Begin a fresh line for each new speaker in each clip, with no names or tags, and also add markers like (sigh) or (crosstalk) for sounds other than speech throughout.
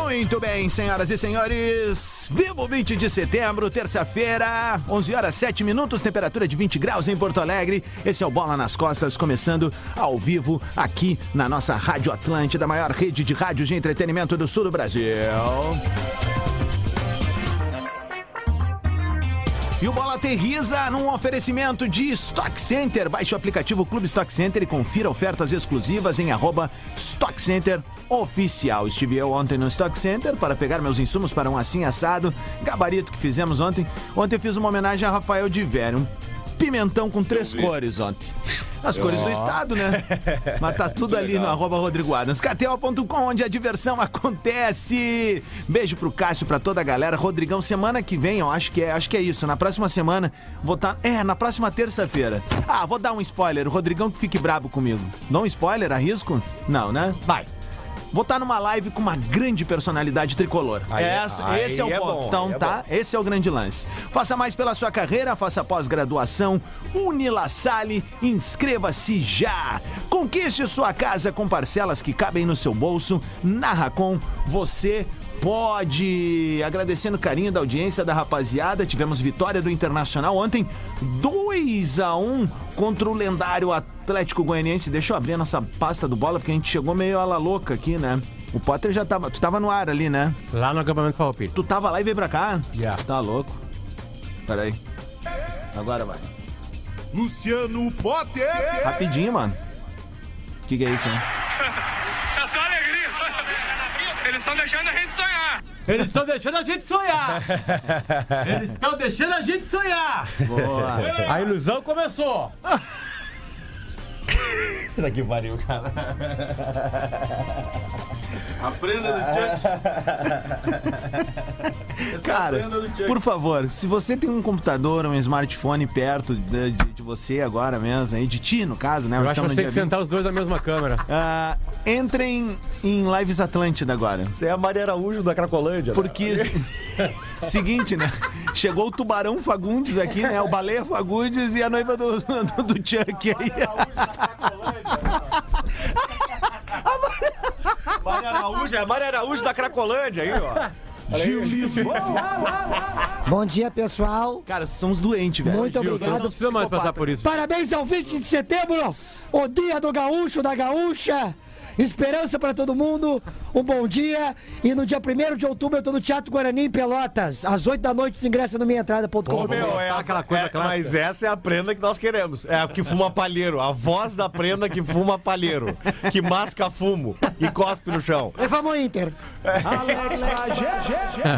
Muito bem, senhoras e senhores. Vivo 20 de setembro, terça-feira, 11 horas 7 minutos, temperatura de 20 graus em Porto Alegre. Esse é o Bola nas Costas, começando ao vivo aqui na nossa Rádio Atlântida, a maior rede de rádios de entretenimento do sul do Brasil. E o Bola aterriza num oferecimento de Stock Center. Baixe o aplicativo Clube Stock Center e confira ofertas exclusivas em arroba Stock Center Oficial. Estive eu ontem no Stock Center para pegar meus insumos para um assim assado, gabarito que fizemos ontem. Ontem eu fiz uma homenagem a Rafael de Vério, um pimentão com três cores ontem. As cores do estado,
(laughs)
né? Mas tá tudo ali no arroba Rodrigo Adams. KTO.com, onde a diversão (laughs) acontece. Beijo pro Cássio, pra toda a galera. Rodrigão, semana que vem, eu acho que é, acho que é isso. Na próxima semana, vou estar. É, na próxima terça-feira. Ah, vou dar um spoiler. O Rodrigão que fique brabo comigo. Dou um spoiler, arrisco? Não, né? Vai. Vou estar numa live com uma grande personalidade tricolor. Essa-
aí
esse é o
é
ponto.
bom,
então
aí é
tá, esse é o grande lance. Faça mais pela sua carreira, faça pós-graduação. Unila Sale, inscreva-se já. Conquiste sua casa com parcelas que cabem no seu bolso. Na Racon, você pode. Agradecendo o carinho da audiência da rapaziada, tivemos vitória do Internacional ontem, 2 a 1 contra o lendário Atlético Goianiense. Deixa eu abrir a nossa pasta do bola, porque a gente chegou meio ala louca aqui, né? O Potter já tava. Tu tava no ar ali, né?
Lá no acampamento Farroupilha.
Tu tava lá e veio pra cá?
Já.
Tá louco. Peraí. Agora vai.
Luciano Potter.
Rapidinho, mano. O que, que
(laughs)
é isso, né?
É só alegria. Eles estão deixando a gente sonhar.
Eles estão deixando a gente (laughs) sonhar! Eles estão deixando a gente sonhar!
Boa.
(laughs) A ilusão começou!
Aprenda do Chuck.
Cara, por favor, se você tem um computador, um smartphone perto de, de- de você agora mesmo, aí, de ti, no caso, né?
Eu
Hoje
acho que
estamos
você tem
no
que
dia 20.
sentar os dois na mesma câmera.
Ah, entrem em Lives Atlântida agora.
Você é a Maria Araújo da Cracolândia.
Porque.
tá- (laughs)
Seguinte, né? Chegou o tubarão Fagundes aqui, né? O baleia Fagundes e a noiva do, do, do Chuck aí.
Maria Araújo, é a Maria Araújo da Cracolândia aí, ó.
Gil Lisboa.
Bom dia, pessoal.
Cara, são os doentes, velho.
Muito
Juro,
obrigado.
são
Não
os
precisa mais passar
psicopatas.
por isso.
Parabéns ao 20 de setembro, o dia do gaúcho, da gaúcha. Esperança pra todo mundo, um bom dia. E no dia 1 de outubro eu tô no Teatro Guarani em Pelotas. Às 8 da noite, os ingressos no
(laughs)
minhaentrada.com.
Meu, é aquela coisa Mas essa é a prenda que nós queremos. É a que fuma palheiro. A voz da prenda que fuma palheiro. Que masca fumo e cospe no chão.
Levamos o É, Inter.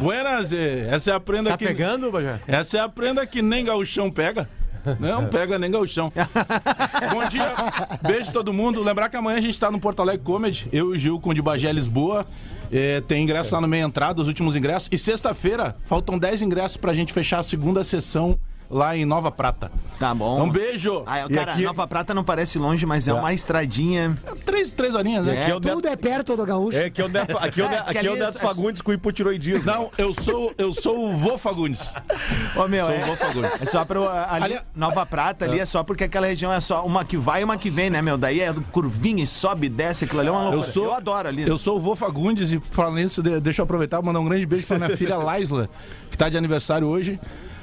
Buenas, eh, essa é a prenda
Tá
que.
pegando, Bajé?
Essa é a prenda que nem gauchão pega. Não pega nem gauchão. Bom dia, beijo todo mundo. Lembrar que amanhã a gente tá no Porto Alegre Comedy, eu e o Gil com o de Bagé Lisboa. Eh, tem ingresso lá no meio entrada, os últimos ingressos. E sexta-feira, faltam 10 ingressos pra gente fechar a segunda sessão lá em Nova Prata.
Tá bom.
Um beijo.
Ah,
E
cara,
aqui- Ah.
Nova Prata não parece longe, mas é uma estradinha.
Três, três horinhas, né?
Aqui é o Neto,
Tudo é perto do gaúcho.
é, aqui é o Neto, aqui é o Neto- aqui é o Neto Fagundes com hipotiroidismo.
Não, eu sou, eu sou o Vô Fagundes.
Ô, meu,
Sou o
é,
Vô Fagundes.
(laughs) é só pro. ah, Ali,
Ali- Ah.
Nova Prata ali é. só porque aquela região é só uma que vai e uma que vem, né, meu? Daí é curvinha e sobe e desce, aquilo ali é uma loucura.
sou-
eu adoro ali. né?
Eu sou o Vô Fagundes e falando isso, de- deixa eu aproveitar e mandar um grande beijo pra minha filha Laisla, que tá de aniversário hoje.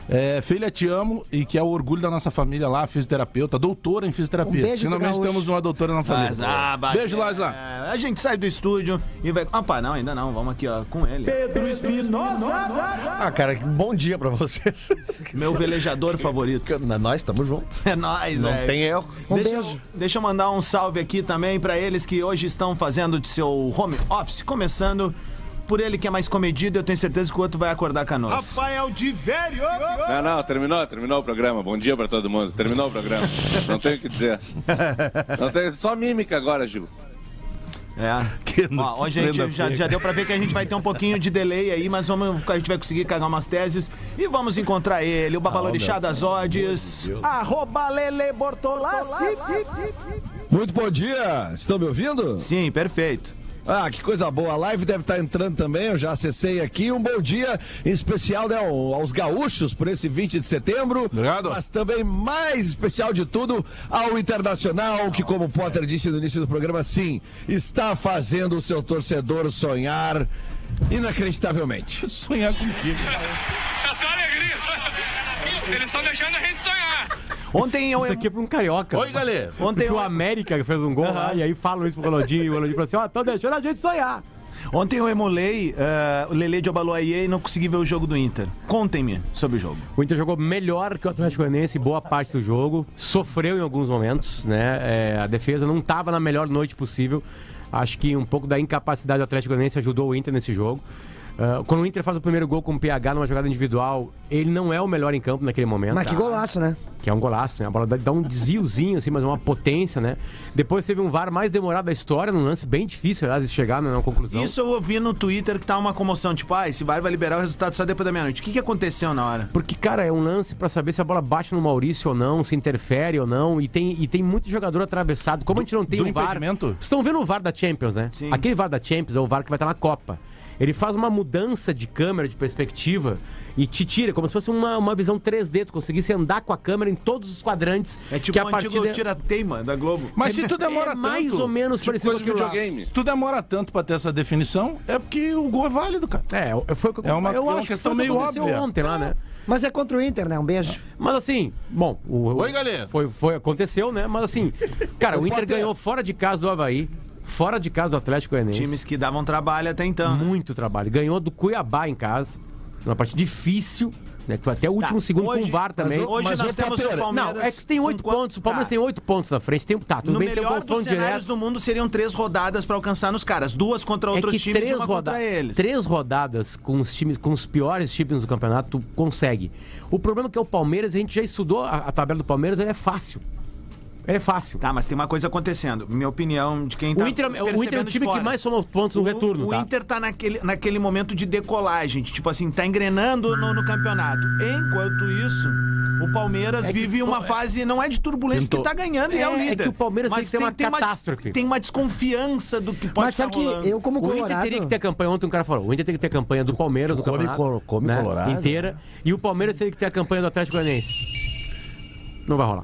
É, filha, te amo e que é o orgulho da nossa família lá, fisioterapeuta, doutora em fisioterapia.
Um beijo pro
Finalmente
gaúcho.
temos uma doutora na família.
Mas, ah, bacana.
beijo, Laisla.
É, A gente sai do estúdio e vai. Opa, não, ainda não. Vamos aqui, ó, com ele.
Pedro Espinosa.
Ah, cara, que bom dia pra (laughs) vocês.
Meu velejador favorito. (laughs)
Nós estamos juntos.
É nóis,
Não
velho.
tem erro.
Um
deixa,
beijo.
Eu, deixa eu mandar um salve aqui também pra eles que hoje estão fazendo de seu home office, começando por ele que é mais comedido, eu tenho certeza que o outro vai acordar com a nós.
Rafael de Velho.
Não, Ah, não, terminou, terminou o programa. Bom dia pra todo mundo. Terminou o programa. Não tenho o que dizer. Não tenho, só mímica agora, Gil.
É.
Que no-
Ó, hoje a
prenda
gente já,
feia.
já deu pra ver que a gente vai ter um pouquinho de delay aí, mas vamos, a gente vai conseguir cagar umas teses e vamos encontrar ele, o Babalorixá das Odes, arroba Lele Bortolassi.
Muito bom dia, estão me ouvindo?
Sim, perfeito.
Ah, que coisa boa, a live deve estar entrando também, eu já acessei aqui. Um bom dia em especial né, ao- aos gaúchos por esse 20 de setembro.
Obrigado.
Mas também, mais especial de tudo, ao Internacional, que, como o Potter disse no início do programa, sim, está fazendo o seu torcedor sonhar. Inacreditavelmente.
Sonhar com o quê?
É só alegria. Eles estão deixando a gente sonhar.
Ontem eu.
Isso aqui é pra um carioca.
Oi, galera.
Ontem
Ontem o
eu-
América fez um gol lá, e aí falam isso pro Ronaldinho, e o Ronaldinho fala assim, ó, tão deixando a gente sonhar.
Ontem eu emulei eh, o Lele de Obaluayê e não consegui ver o jogo do Inter. Contem-me sobre o jogo.
O Inter jogou melhor que o Atlético Goianiense em boa parte do jogo, sofreu em alguns momentos, né? É, a defesa não estava na melhor noite possível. Acho que um pouco da incapacidade do Atlético Goianiense ajudou o Inter nesse jogo. Ah, quando o Inter faz o primeiro gol com o PH numa jogada individual, ele não é o melhor em campo naquele momento.
Mas que
Ah,
golaço, né?
que é um golaço, né? A bola dá- dá um desviozinho, assim, mas é uma potência, né? Depois teve um VAR mais demorado da história, num lance bem difícil, aliás, de chegar né, na na conclusão.
Isso eu ouvi no Twitter que tá uma comoção, tipo, ah, esse VAR vai liberar o resultado só depois da meia-noite. O que, que aconteceu na hora?
Porque, cara, é um lance pra saber se a bola bate no Maurício ou não, se interfere ou não. E tem, e tem muito jogador atravessado. Como a gente não tem
do
o VAR.
impedimento?
Vocês estão vendo o VAR da Champions, né?
Sim.
Aquele VAR da Champions é o VAR que vai estar na Copa. Ele faz uma mudança de câmera, de perspectiva, e te tira, como se fosse uma, uma visão 3D. Tu conseguisse andar com a câmera em todos os quadrantes.
É tipo
que a
o antigo
partida-
tira-teima da Globo.
Mas se tu demora
é mais
tanto,
ou menos parecido com
Coisa de
aquilo lá.
videogame.
se tu demora tanto pra ter essa definição, é porque o gol é válido, cara.
É, foi o que
É uma-
eu
é uma
acho
questão
que foi o que
meio
aconteceu
óbvia.
ontem lá, né?
Mas é contra o Inter, né? Um beijo.
Mas assim, bom, o,
Oi,
o-
Galê.
Foi, foi, aconteceu, né? Mas assim,
(laughs)
cara, o Inter ganhou fora de casa do Havaí, fora de casa do Atlético Goianiense.
Times que davam trabalho até então. né?
Muito trabalho. Ganhou do Cuiabá em casa, numa partida difícil, né? Que foi até o último segundo com
Tá, hoje-
o VAR também.
Mas hoje
mas
nós
o
temos o
Potter-
Palmeiras.
Não, é que tem
com
oito
quatro-
pontos, o Palmeiras
Tá.
tem oito pontos na frente, tem, tá, tudo
No
bem, tem um
melhor dos
confronto
cenários
direto.
do mundo seriam três rodadas pra alcançar nos caras. Duas contra outros
é que
times e
três,
uma
roda
contra eles.
três rodadas com os times, com os piores times do campeonato, tu consegue. O problema é que é o Palmeiras, a gente já estudou a, a tabela do Palmeiras, ela é fácil. Ela é fácil.
Tá, mas tem uma coisa acontecendo. Minha opinião de quem tá.
o, Inter, é- o Inter é o
percebendo de
time que
fora.
mais soma pontos no
O-
retorno,
O
tá?
Inter tá naquele, naquele momento de decolar, gente. Tipo assim, tá engrenando no, no campeonato. Enquanto isso, o Palmeiras
É
vive uma fase, não é de turbulência,
Tentou.
porque tá ganhando e é o
É, é
líder.
que o Palmeiras tem que ter uma
des-
catástrofe.
tem uma desconfiança do que pode
Mas
estar
sabe que
rolando.
eu, como
tá O Inter
colorado...
teria que ter campanha. Ontem um cara falou: o Inter tem que ter campanha do Palmeiras no
Come
campeonato. né,
colo- come colorado.
Inteira. E o Palmeiras teria que ter a campanha do Atlético Goianiense. Não vai rolar.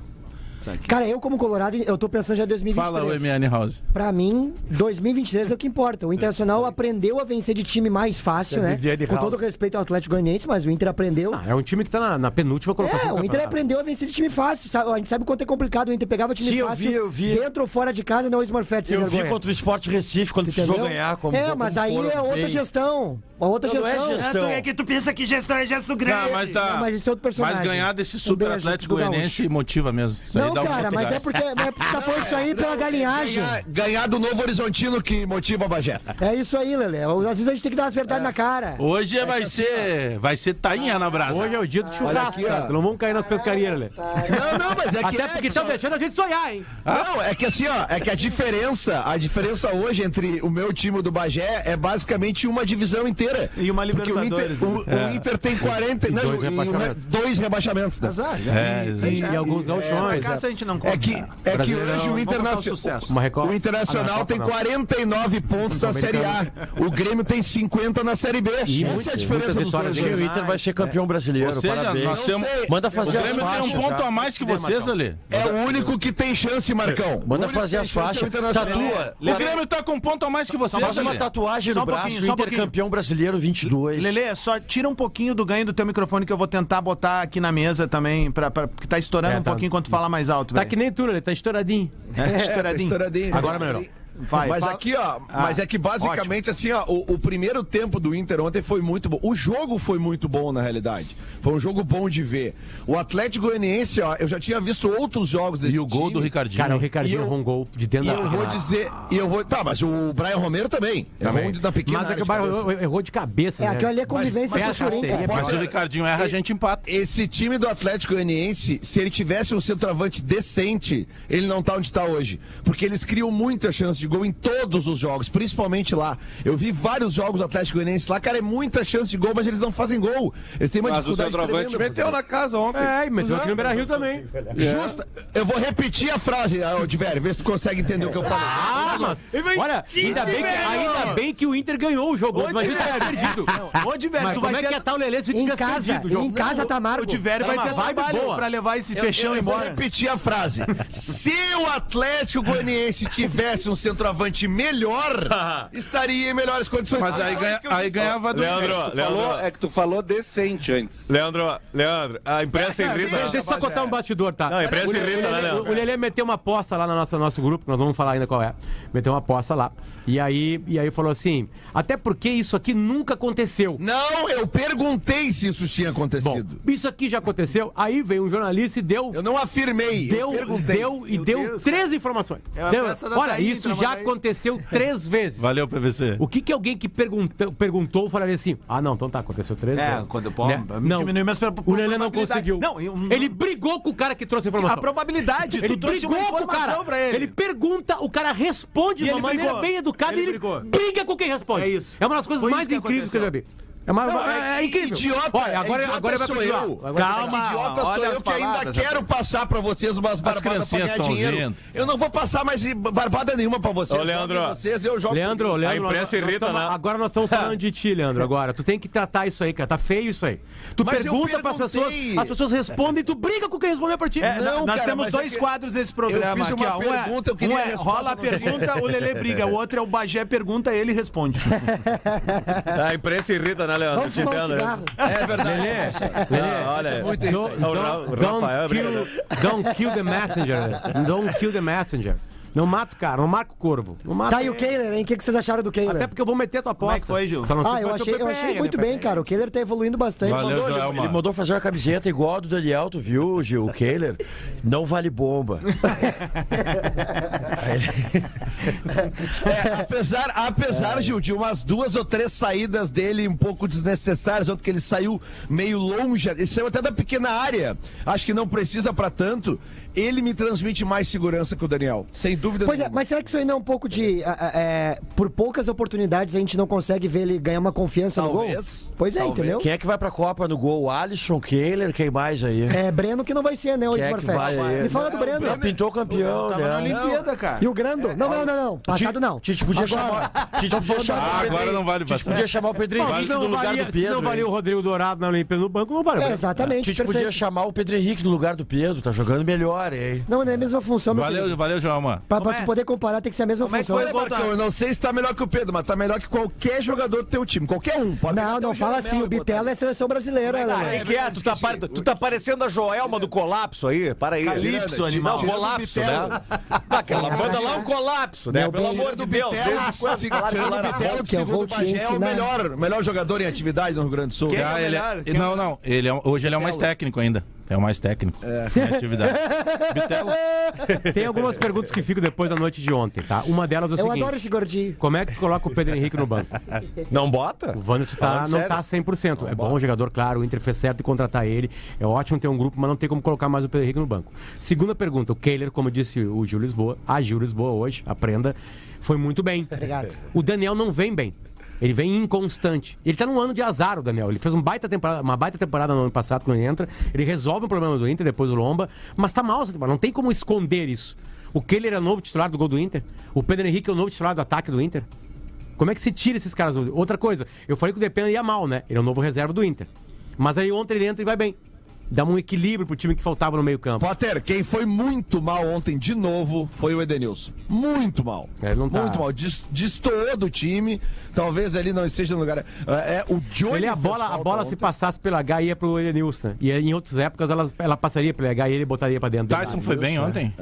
Cara, eu como colorado, eu tô pensando já em 2023.
Fala, o MN House.
Pra mim, 2023 é o que importa. O Internacional aprendeu a vencer de time mais fácil, né?
Viviane
Com
House.
todo respeito ao Atlético Goianiense, mas o Inter aprendeu.
Ah, é um time que tá na, na penúltima colocação.
É,
do
o Inter
campeonato.
aprendeu a vencer de time fácil. sabe? A gente sabe o quanto é complicado. O Inter pegava time
Sim, eu
fácil
vi, eu vi.
dentro ou fora de casa, não é o Smurfette sem
Eu vi
vergonha.
contra o Sport Recife quando precisou
Entendeu?
ganhar. Como,
é, mas
como
aí
foram
é outra
bem.
gestão. Uma outra
Não, não é
gestão.
gestão.
Então-
tu- tu pensa que gestão é gesto
Não, mas, dá,
Não, mas esse é outro personagem.
mas ganhar desse
Um
super
beijo
Atlético
do Gaúcho.
Goianiense motiva mesmo. Isso aí
Não,
dá um
cara,
outro
mas
gás.
é porque, é porque tá falando isso aí pela galinhagem.
Ganhar, ganhar do Novo Horizontino que motiva a Bagé.
É isso aí, Lele. Às vezes a gente tem que dar as verdades
É.
na cara.
Hoje vai ser. Vai ser tainha na brasa.
Hoje é o dia do churrasco,
aqui, ó.
cara. Tu Não vamos cair nas pescarias, Lelê.
Não, não, mas é que
Até
é,
porque
que
estão
só-
deixando a gente sonhar, hein?
Não, é que assim, ó, é que a diferença, a diferença hoje entre o meu time e o do Bagé é basicamente uma divisão inteira.
E uma
Porque o
Libertadores, né?
Inter, o, o Inter tem 40, não,
É. dois
e uma-
rebaixamentos.
dois rebaixamentos, né?
Azar, já.
É,
Isso aí
E,
já-
alguns gauchões.
Fracasso a gente não
É
conta.
que, é que
Brasileirão,
hoje o
Vamos botar o
Internacional.
sucesso.
Uma Recopa.
O Internacional
Ah, não,
tem
não.
49 pontos na Série A. O Grêmio tem 50 na Série B.
E
Essa é
muitas-
a diferença
muitas
dos
vitórias
dois.
Acho que
né?
o Inter vai ser campeão brasileiro.
Ou seja,
parabéns.
nós
Não
temos.
sei.
Manda
O
fazer as
Grêmio tem
faixas.
um ponto
já.
a mais que vocês, Ale.
É o único que tem chance, Marcão.
Manda
O único
fazer
que
as
tem chance é o
faixas.
Internacional.
Tatua.
O Grêmio tá com um ponto a mais que vocês,
Faz uma
Ale.
tatuagem
Só
no
um pouquinho,
braço.
só um
Inter
pouquinho.
campeão brasileiro 22.
Lele, só tira um pouquinho do ganho do teu microfone que eu vou tentar botar aqui na mesa também, pra, pra- porque tá estourando
É,
um
tá-
pouquinho enquanto fala mais alto.
Tá
velho.
que nem tu, Lelê. Tá estouradinho.
É,
É,
(laughs) estouradinho.
estouradinho.
Agora melhorou.
Vai,
mas
fala-
aqui, ó, mas é que basicamente, assim, ó, o, o primeiro tempo do Inter ontem foi muito bom. O jogo foi muito bom, na realidade. Foi um jogo bom de ver. O Atlético Goianiense, ó, eu já tinha visto outros jogos desse
E o gol
time.
do Ricardinho.
Cara, o Ricardinho
E eu-
errou um gol de dentro
E
da
eu
área.
vou dizer, e eu vou. Tá, mas o Brian Romero também. É um de- da pequena.
Mas é que
área
o
de
Bayern
cabeça.
errou- errou de cabeça,
É,
né?
aquilo ali é convivência
mas-
com o Churim, cara.
Mas se o Ricardinho erra, a gente empata.
Esse time do Atlético Goianiense, se ele tivesse um centroavante decente, ele não tá onde tá hoje. Porque eles criam muita chance de gol em todos os jogos, principalmente lá. Eu vi vários jogos do Atlético Goianiense lá, cara, é muita chance de gol, mas eles não fazem gol. Eles têm uma
Mas o
dificuldade
centroavante
tremenda.
meteu na casa ontem.
É, e meteu aqui no Beira Rio também.
Justa. Eu vou repetir a frase, Diver, vê se tu consegue entender o que eu falei.
Ah, mas. Olha, ainda bem, que, ainda bem que o Inter ganhou o jogo. Mas o
é?
Inter tinha perdido.
Ô, Diverio,
Mas
tu
como
vai
é que
ter...
ia estar o Lelê se o
Em
Inter tivesse
casa,
perdido o jogo?
em casa tá amargo.
O Diverio
Tá
vai
uma
ter
vibe
trabalho
boa.
pra levar esse
Eu-
peixão
eu, vou
embora.
repetir a frase. Se o Atlético Goianiense tivesse um centroavante
(laughs)
melhor, estaria em melhores condições. Ah,
Mas aí, ganha- aí ganhava do
Leandro,
jeito.
Leandro.
Falou, é que tu falou decente antes.
Leandro, Leandro, a
É,
imprensa irrita.
Deixa eu só contar um bastidor, tá?
Não, a imprensa irrita, né,
O- O
Leandro?
Lelê meteu uma aposta lá no nosso, nosso grupo, que nós vamos falar ainda qual é. Meteu uma aposta lá. E aí, e aí falou assim: até porque isso aqui nunca aconteceu.
Não, eu perguntei se isso tinha
Bom,
acontecido.
isso aqui já aconteceu. Aí veio um jornalista e deu.
eu não afirmei. eu
Deu,
perguntei.
deu e
Meu
deu
Deus,
três informações.
É uma
Deu-
festa da
Olha,
Taíde,
isso
né,
já
mas aí-
aconteceu três vezes.
Valeu, PVC.
O que que alguém que perguntou, perguntou falaria assim? Ah, não, então tá, aconteceu três
É,
vezes. Né?
quando- pô, diminui minhas pro-
O Lelê não
probabilidade.
conseguiu.
Não, eu-
Ele brigou com o cara que trouxe a
A
informação.
probabilidade, tu
Ele
trouxe
brigou
uma
com o cara.
informação pra ele.
Ele pergunta, o cara responde
E
de uma
ele
maneira
brigou.
bem educada
Ele
e ele
brigou.
briga com quem responde.
É isso.
É uma das coisas
Foi
mais
isso que
incríveis que eu já vi. É, uma, é, é incrível.
Idiota, é
Olha, agora, é-
idiota
agora vai
sou
continuar.
eu.
Agora é vai
Calma,
idiota sou
olha
eu
as
que ainda
palavras,
quero passar pra vocês umas barbadas pra
criancinhas
ganhar
tão
dinheiro.
vindo.
Eu não vou passar mais barbada nenhuma pra vocês.
Ô, Leandro.
Joguem vocês, eu jogo.
Leandro, Leandro,
imprensa
nós- nós
irrita,
tamo-
né?
Agora nós
(laughs)
estamos falando de ti, Leandro. Agora, tu tem que tratar isso aí, cara. Tá feio isso aí. Tu
Mas eu
pergunta pras
perguntei.
pessoas, as pessoas respondem e tu briga com quem respondeu pra ti.
não,
Nós
cara,
temos
mas
dois
é que
quadros nesse programa
eu fiz uma
aqui, ó. Um é,
pergunta, eu queria
um é
resposta,
rola a
não tem.
pergunta, o Lelê briga. O outro é o Bagé pergunta, ele responde.
A imprensa irrita, né, Leandro?
Vamos
Te
fumar um
entendo, né?
cigarro.
É verdade.
Lelê,
Ah, olha,
Lelê,
muito
don't,
irritante. O Ra- o
don't,
Rafael é
don't, kill,
brincadeira.
don't kill the messenger. Don't kill the messenger. Não mata o cara, não marca o corvo. Não mata
Tá aí o Kehler, hein? O que, que vocês acharam do Kehler?
Até porque eu vou meter tua aposta.
é que foi, Gil?
Só não sei
Ah,
se
eu
vai ser o
achei, eu
PPR,
achei
né,
muito
PPR.
bem, cara. O Kehler tá evoluindo bastante.
Valeu,
Ele, ele
Joelma.
mandou fazer uma camiseta igual a do Daniel, tu viu, Gil? O Kehler. Não vale bomba.
É, apesar,
É.
apesar Gil, de umas duas ou três saídas dele um pouco desnecessárias, tanto que ele saiu meio longe, ele saiu até da pequena área, acho que não precisa pra tanto, ele me transmite mais segurança que o Daniel, sem dúvida
Pois é,
nenhuma.
mas será que isso aí não é um pouco de. ah, ah, é, por poucas oportunidades a gente não consegue ver ele ganhar uma confiança no
Talvez.
gol? Pois é,
Talvez.
entendeu?
Quem é que vai pra Copa no gol? Alisson, Kehler, quem mais aí?
É Breno que não vai ser, né, o
Quem é
Edmar
que vai aí?
Me fala do
Não,
Breno.
Já pintou campeão,
Tava na
né?
Olimpíada, cara.
E o Grando? não, não, não, não. Passado não.
Tite podia chamar. Tite podia chamar. o
Ah,
Pedrinho.
agora não vale
Tite
passar.
podia chamar o Pedro
Bom, se
Henrique no
não
lugar
valia,
do
se
Pedro.
não valia o Rodrigo Dourado na Olimpíada no banco, não valia.
É,
exato.
exatamente.
Tite
perfeito.
podia chamar o Pedro Henrique no lugar do Pedro, tá jogando melhor, hein?
Não, não é a mesma função, meu querido.
Valeu, valeu, Joelma.
Pra,
Como
pra
é?
tu poder comparar, tem que ser a mesma
Como é que
função.
foi o gol da-
Marcão, eu não sei se tá melhor que o Pedro, mas tá melhor que qualquer jogador do teu time, qualquer um. Pode
Não, não fala assim. O Bitelo é seleção brasileira, né?
que é? Tu tá, pare- tu tá parecendo a Joelma do colapso aí? Para aí.
Calypso, animal.
um
Não, colapso, né? Aquela banda lá é um colapso, né?
Meu
Pelo
bem, é um
amor de Deus.
Tirando o Bitelo, que
Que eu
segundo
vou
o
te
Bagé, é o
ensinar.
melhor, o melhor jogador em atividade no Rio Grande do Sul.
Ah, ele
melhor?
é- Não, não. Ele é, hoje ele é o mais técnico ainda. É o mais técnico. É. atividade. (laughs) Bitelo.
Tem algumas perguntas que ficam depois da noite de ontem, tá? Uma delas é o
Eu
seguinte.
adoro esse gordinho.
Como é que tu coloca o Pedro Henrique no banco?
Não bota?
O Wanderson tá-
Falando
não
sério.
tá 100%. é bom jogador, claro. O Inter fez certo em contratar ele. É ótimo ter um grupo, mas não tem como colocar mais o Pedro Henrique no banco. Segunda pergunta. O Kehler, como disse o Gil Lisboa, a Gil Lisboa hoje, aprenda, foi muito bem.
Obrigado.
O Daniel não vem bem. Ele vem inconstante. Ele tá num ano de azar, o Daniel. Ele fez um baita temporada- uma baita temporada no ano passado, quando ele entra. Ele resolve o problema do Inter, depois o Lomba. Mas tá mal essa temporada. Não tem como esconder isso. O Kehler é o novo titular do gol do Inter. O Pedro Henrique é o novo titular do ataque do Inter. Como é que se tira esses caras? Outra coisa, eu falei que o Depena ia mal, né? Ele é o novo reserva do Inter. Mas aí ontem ele entra e vai bem. Dá um equilíbrio pro time que faltava no meio-campo.
Potter, quem foi muito mal ontem de novo foi o Edenilson. Muito mal.
É, ele não tá-
Muito mal. Dis- Destoou do time. Talvez ele não esteja no lugar. É, é, o Johnny
Ele a
fez
bola, a
falta
bola se
ontem.
passasse pela H ia pro Edenilson. né? E aí, em outras épocas ela, ela passaria pela H e ele botaria pra dentro.
Tyson Tá, foi bem ontem?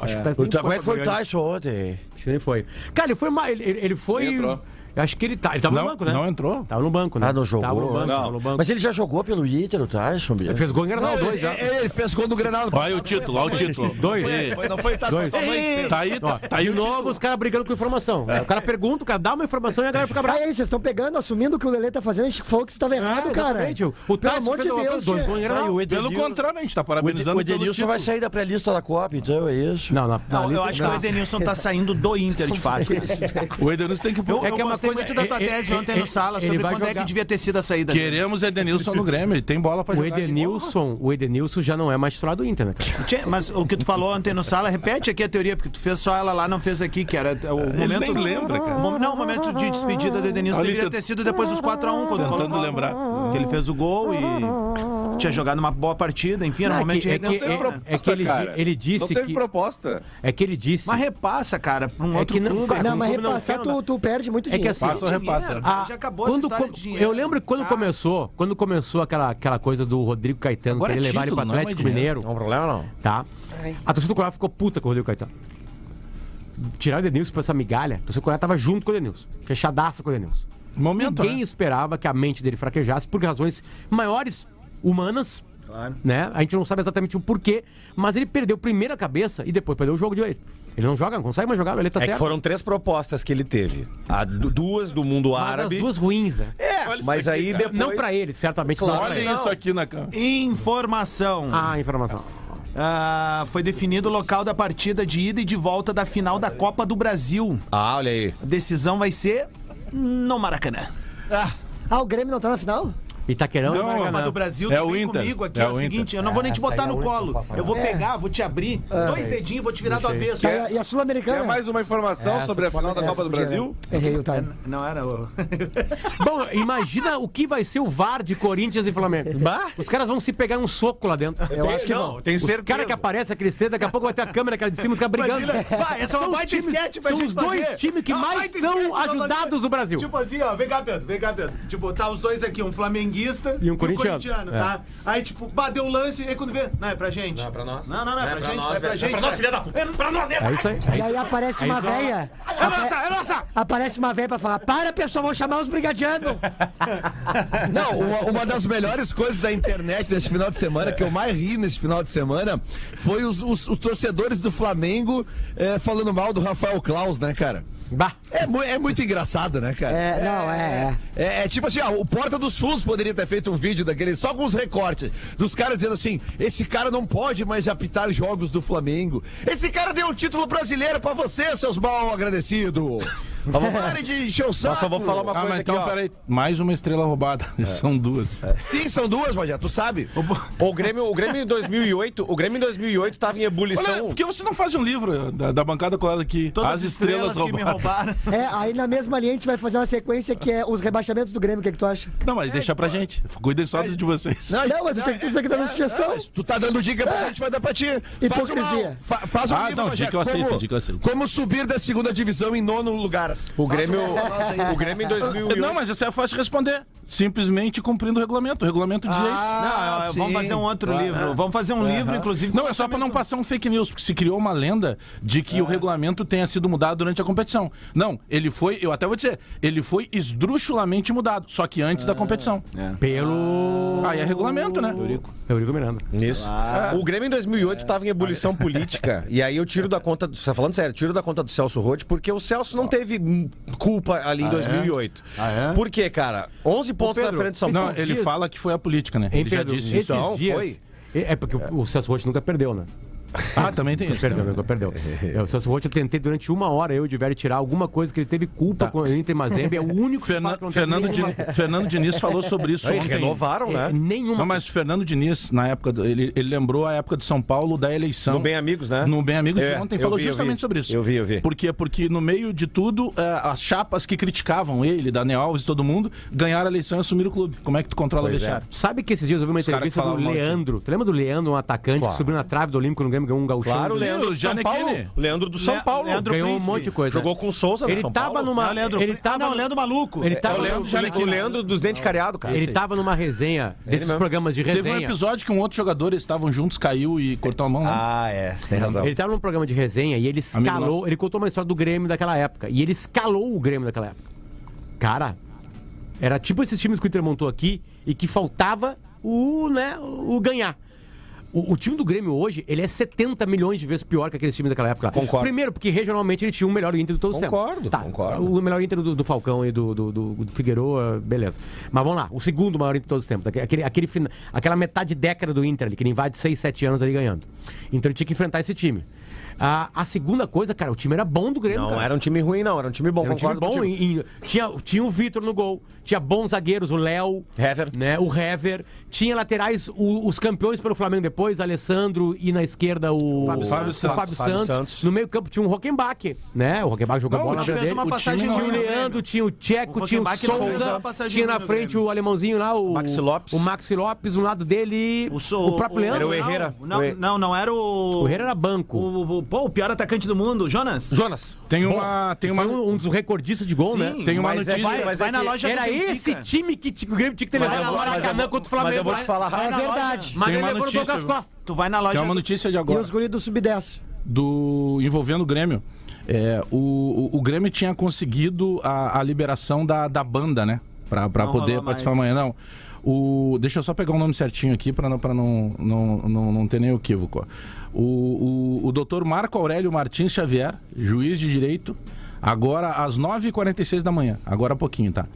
Acho que o Tyson
O
nem
Tá, como é que foi o
pra Goiânia.
Tyson ontem?
Acho que nem foi. Cara, ele foi mal. Ele, ele- ele foi.
Nem entrou.
Eu Acho que ele, tá, ele tava
Não-
no banco, né?
não entrou.
Tava no banco, né?
Ah, não
Tava no
jogou,
banco,
não.
tava no banco. é,
Mas ele já jogou pelo Inter, o Tyson, Bia?
Ele fez gol em Granal,
Não,
dois
ele,
já.
ele- ele fez gol no Grenal.
Olha o título, olha o título.
Dois.
Ei,
Foi, não foi tá,
Dois.
Tá aí,
Ó,
tá, tá aí
é, de
o
novo,
título.
os caras brigando com informação. O cara pergunta, o cara dá uma informação e a galera fica
Aí,
brava.
aí, vocês estão pegando, assumindo que o Lelê tá fazendo, a gente falou que você tava errado,
É,
cara.
exatamente. O o
Pelo
Tyson
amor de
fez uma-
Deus,
dois
tia.
gols em Granal.
Ah, e o Edenil-
Pelo contrário, a gente tá
O Ede-
parabenizando
o
pelo
Edenilson
título.
vai sair da pré-lista da Copa, então é isso.
Não, na, na
Não, eu
lista-
acho que o
não.
Edenilson tá saindo do Inter, de
(laughs)
fato.
O Edenilson tem que...
Eu,
É
eu
que é uma
gostei
coisa-
muito da tua
é- é-
tese ontem
é-
no sala
ele
sobre
vai
quando é que
jogar.
devia ter sido a saída dele.
Queremos Edenilson no Grêmio, ele tem bola pra
O
jogar. de
Edenilson, o Edenilson já não é mais titular do Inter, né? cara?
Tchê, Mas o que tu falou ontem no sala, repete aqui a teoria, porque tu fez só ela lá, não fez aqui, que era o momento.
nem lembra, cara.
o mom- Não, o momento de despedida do Edenilson
Ali
deveria
tent-
ter sido depois dos 4x1, quando
Tentando
colocou-
lembrar.
Que ele fez o gol e. Tinha jogado uma boa partida, enfim, era um
Não, é
momento
que-
de
é que-
redenção.
é-
né?
é que ele,
cara.
di- ele disse
Não teve
que.
proposta.
É que ele disse.
Mas repassa, cara, pra um
É
outro
que não-
clube.
cara,
né? Não,
um
mas
clube não
repassar,
quer, não
tu, tu perde muito
É que
dinheiro.
assim,
Passa ou repassa?
Dinheiro,
Ah,
Já acabou essa
quando,
história
co-
de dinheiro.
eu lembro que quando
Ah,
começou, quando começou aquela, aquela coisa do Rodrigo Caetano
Agora
querer
é
levar ele pro
título, não é mais
Atlético
dinheiro.
Mineiro,
Não é um problema, não.
tá? A torcida do Colorado ficou puta com o Rodrigo Caetano. Tiraram o Denilson pra essa migalha, a torcida do Colorado tava junto com o Denilson, fechadaça com o Denilson.
Momento,
Ninguém
né?
esperava que a mente dele fraquejasse por razões maiores humanas. Né? A gente não sabe exatamente o porquê, mas ele perdeu primeiro a cabeça e depois perdeu o jogo de olho. Ele não joga, não consegue mais jogar, ele tá
É que
certo.
foram três propostas que ele teve. A du- duas do mundo
Mas
árabe.
as duas ruins, né?
É,
Olha isso
mas
aqui,
aí
cara.
depois.
Não pra ele, certamente não pra
Olha
ele.
isso aqui na cama.
Informação.
Ah, informação.
Ah, foi definido o local da partida de ida e de volta da final da Copa do Brasil.
Ah, olha aí.
A decisão vai ser no Maracanã.
Ah, o Grêmio não tá na final?
Itaquerão
Não,
e Maracanã.
Copa do Brasil,
É
tu
o
vem
Inter.
comigo aqui,
É
é, o
o Inter.
seguinte, eu não vou nem te
Essa aí
botar
é Ah,
no
o Inter,
colo.
papai.
Eu vou
É.
pegar, vou te abrir, dois dedinhos, vou te virar do avesso.
Tá,
É.
e a- e a
Quer
Sul-Americana?
mais uma informação sobre a final da Copa do Brasil?
Errei o time.
Não era o...
Bom, imagina o que vai ser o VAR de Corinthians e Flamengo. Os caras vão se pegar um soco lá dentro.
Eu acho que
não,
não.
tem
Os
certeza.
caras que aparecem, aqueles três, daqui a pouco vai ter a câmera cara de cima, os caras brigando.
Imagina, vai, essa é uma
São os
baita
times-
esquete pra
São
gente
os dois
fazer.
times que
Uma
mais
baita
são
esquete pra fazer.
ajudados do Brasil.
Tipo assim, ó, vem cá, Pedro, vem cá, Pedro. De botar os dois aqui, um flamenguista
E um corintiano. É.
tá? Aí, tipo, bateu o lance, e aí quando vê, não, é pra gente. Não, é pra nós. Não, não, não, é, pra, gente, é pra gente. É pra nós, filha da puta. É pra nós, né?
É isso aí.
E aí aparece uma véia.
É nossa, é nossa!
Aparece uma véia pra falar: para, pessoal, vão chamar
(laughs)
os brigadianos.
Não, uma, uma das melhores coisas da internet nesse final de semana, que eu mais ri nesse final de semana, foi os, os- os torcedores do Flamengo eh, falando mal do Rafael Klaus, né, cara?
Bah.
É, mu- é muito engraçado, né, cara?
É, não, é, é.
É, é tipo assim, ó, o Porta dos Fundos poderia ter feito um vídeo daquele só com os recortes dos caras dizendo assim: esse cara não pode mais apitar jogos do Flamengo. Esse cara deu um título brasileiro pra você, seus
(laughs)
mal agradecidos. Parem de encher o saco.
só vou falar uma
Ah, mas
coisa
então,
aqui, ó.
peraí. Mais uma estrela roubada. São duas.
Sim, são duas, Magé, tu sabe.
O Grêmio, o Grêmio em 2008, o Grêmio em 2008 tava em
Olha,
ebulição.
por que você não faz um livro da, da bancada colada aqui?
Todas
As estrelas,
que me
roubadas.
roubaram.
É, aí na mesma linha a gente vai fazer uma sequência que é os rebaixamentos do Grêmio, o que, é que tu acha?
Não, mas deixa pra gente. Cuidem
É,
só de vocês.
Não,
é
mas tu tem, que- tu tem que dar
é,
uma sugestão.
Mas tu tá dando dica pra gente, vai dar pra ti.
Hipocrisia.
Faz, uma, fa- faz um
Ah,
livro,
não,
Bagé,
dica eu aceito,
como,
dica eu aceito.
Como subir da segunda divisão em nono lugar.
O Grêmio, o Grêmio em 2008.
Não, mas isso é fácil de responder. Simplesmente cumprindo o regulamento. O regulamento diz
Ah,
isso.
Não, vamos fazer um outro livro. Vamos fazer um livro, inclusive.
Não, é só pra não passar um fake news, porque se criou uma lenda de que o
É.
regulamento tenha sido mudado durante a competição. Não, ele foi, eu até vou dizer, ele foi esdrúxulamente mudado, só que antes da
Ah,
competição.
Pelo.
Aí é regulamento, né?
é. Eurico é Miranda.
Isso. O Grêmio em 2008
É.
estava em ebulição política. E aí eu tiro da conta. Você tá falando sério? Tiro da conta do Celso Roth, porque o Celso não teve hum, culpa ali
Ah, é?
em 2008. Por quê, cara? 11 pontos na
Pedro,
frente do São
Não,
Paulo.
ele
dias-
fala que foi a política, né? Ele já disse
esses
isso.
então,
dias, É porque o, o Celso Roth nunca perdeu, né?
Ah, também tem isso.
Perdeu, nunca
(laughs)
perdeu. É, O Celso Roth eu tentei durante uma hora, eu e o Diverio, tirar alguma coisa que ele teve
Tá.
culpa com o Inter Mazembe. É o único que
Fernan-
fala que não teve
Fernando,
nenhuma-
Diniz, Fernando Diniz falou sobre isso
Aí,
ontem.
renovaram,
é,
né?
nenhuma.
Não, mas o Fernando Diniz, na época, do- ele, ele lembrou a época de São Paulo da eleição.
No Bem Amigos, né?
No Bem Amigos
É,
de ontem,
eu
falou
vi, eu
justamente
vi.
sobre isso.
Eu vi, eu vi.
Por quê? Porque no meio de tudo, eh, as chapas que criticavam ele, Daniel Alves e todo mundo, ganharam a eleição e assumiram o clube. Como é que tu controla
Pois
o vestiário?
Sabe que esses dias eu vi uma
caras
entrevista
que
do
falam mal de time.
Leandro. Tu lembra do Leandro, um atacante
Claro.
que subiu na trave do Olímpico no Grêmio, ganhou um gauchão?
Claro,
Sim,
Leandro
o
do São
Gianecchini.
Paulo. Leandro do São
Le-
Paulo.
Leandro
ganhou um
Príncipe.
monte de coisa.
Jogou com o Souza no
Ele
São
tava
Paulo.
numa.
Não, Leandro, Ah,
ele tava
Tá, não, Leandro Maluco.
Ele
É
tava
o Leandro,
numa...
o Leandro dos dentes careados, cara.
Ele tava numa resenha desses
mesmo.
programas de
Teve um
resenha.
episódio que um outro jogador, eles estavam juntos, caiu e cortou a mão. né?
Ah, é. Tem razão.
Ele tava num programa de resenha e ele
Amigo
escalou.
nosso.
Ele contou uma história do Grêmio daquela época. E ele escalou o Grêmio daquela época. Cara, era tipo esses times que o Inter montou aqui e que faltava o, né, o ganhar. O, o time do Grêmio hoje, ele é 70 milhões de vezes pior que aqueles times daquela época. lá.
Concordo.
Primeiro, porque regionalmente ele tinha o melhor Inter de todos os tempos.
Concordo,
Tá,
concordo.
O melhor Inter do, do Falcão e do, do, do, do Figueroa, beleza. Mas vamos lá, o segundo maior Inter de todos os tempos. Aquele, aquele, fina- aquela metade de década do Inter ali, que ele invade 6, 7 anos ali ganhando. Então ele tinha que enfrentar esse time. A, a segunda coisa, cara, o time era bom do Grêmio.
Não,
cara.
era um time ruim, não. Era um time bom,
Era um time
concordo
bom.
contigo.
em- em- tinha, tinha o Vitor no gol, tinha bons zagueiros, o Léo,
Hever.
né, o Hever. Tinha laterais, o- os campeões pelo Flamengo depois, Alessandro e na esquerda o
Fábio
o
Santos.
Fábio Santos.
Santos.
No meio campo tinha um Rockenbach, né? O Rockenbach jogou
Não,
bola
o
na
time
frente
fez
dele.
uma
O
passagem
time
ruim
tinha o
no Grêmio.
Leandro, tinha o Tcheco,
O
tinha o
Rockenbach não fez uma
Souza,
passagem
tinha na
ruim no
frente
Grêmio.
o alemãozinho lá, o
Maxi Lopes.
O Maxi Lopes, um lado dele, o,
so-
próprio Leandro.
Era o Herrera.
Não,
O He-
não, não era o.
O Herrera era banco.
O, o- o- pô, o pior atacante do mundo, Jonas?
Jonas.
Tem uma. Tem uma,
Foi um, um dos recordistas de gol, né?
tem uma
Mas é-
notícia.
Vai,
mas
vai
é
na
que
loja
Era
do
esse
Benfica.
time que t- o Grêmio tinha que ter
Vai
levado
na loja,
Maracanã contra o Flamengo.
Mas eu vou te
Vai-
falar
É
rápido.
verdade.
Mas
Tem
ele
uma
levou no
notícia,
Douglas
viu?
Costa.
Tu vai na loja.
Tem uma notícia de
E
agora.
os guris do Sub-10.
do envolvendo o Grêmio. É, o, o, o Grêmio tinha conseguido a, a liberação da, da banda, né? Pra, pra
Não
poder
rola mais.
participar amanhã. Não. O, deixa eu só pegar o nome certinho aqui pra não, pra não, não, não, não ter nenhum equívoco. ó. O, o, o doutor Marco Aurélio Martins Xavier, juiz de direito, agora às 9h46 da manhã, agora há pouquinho, tá?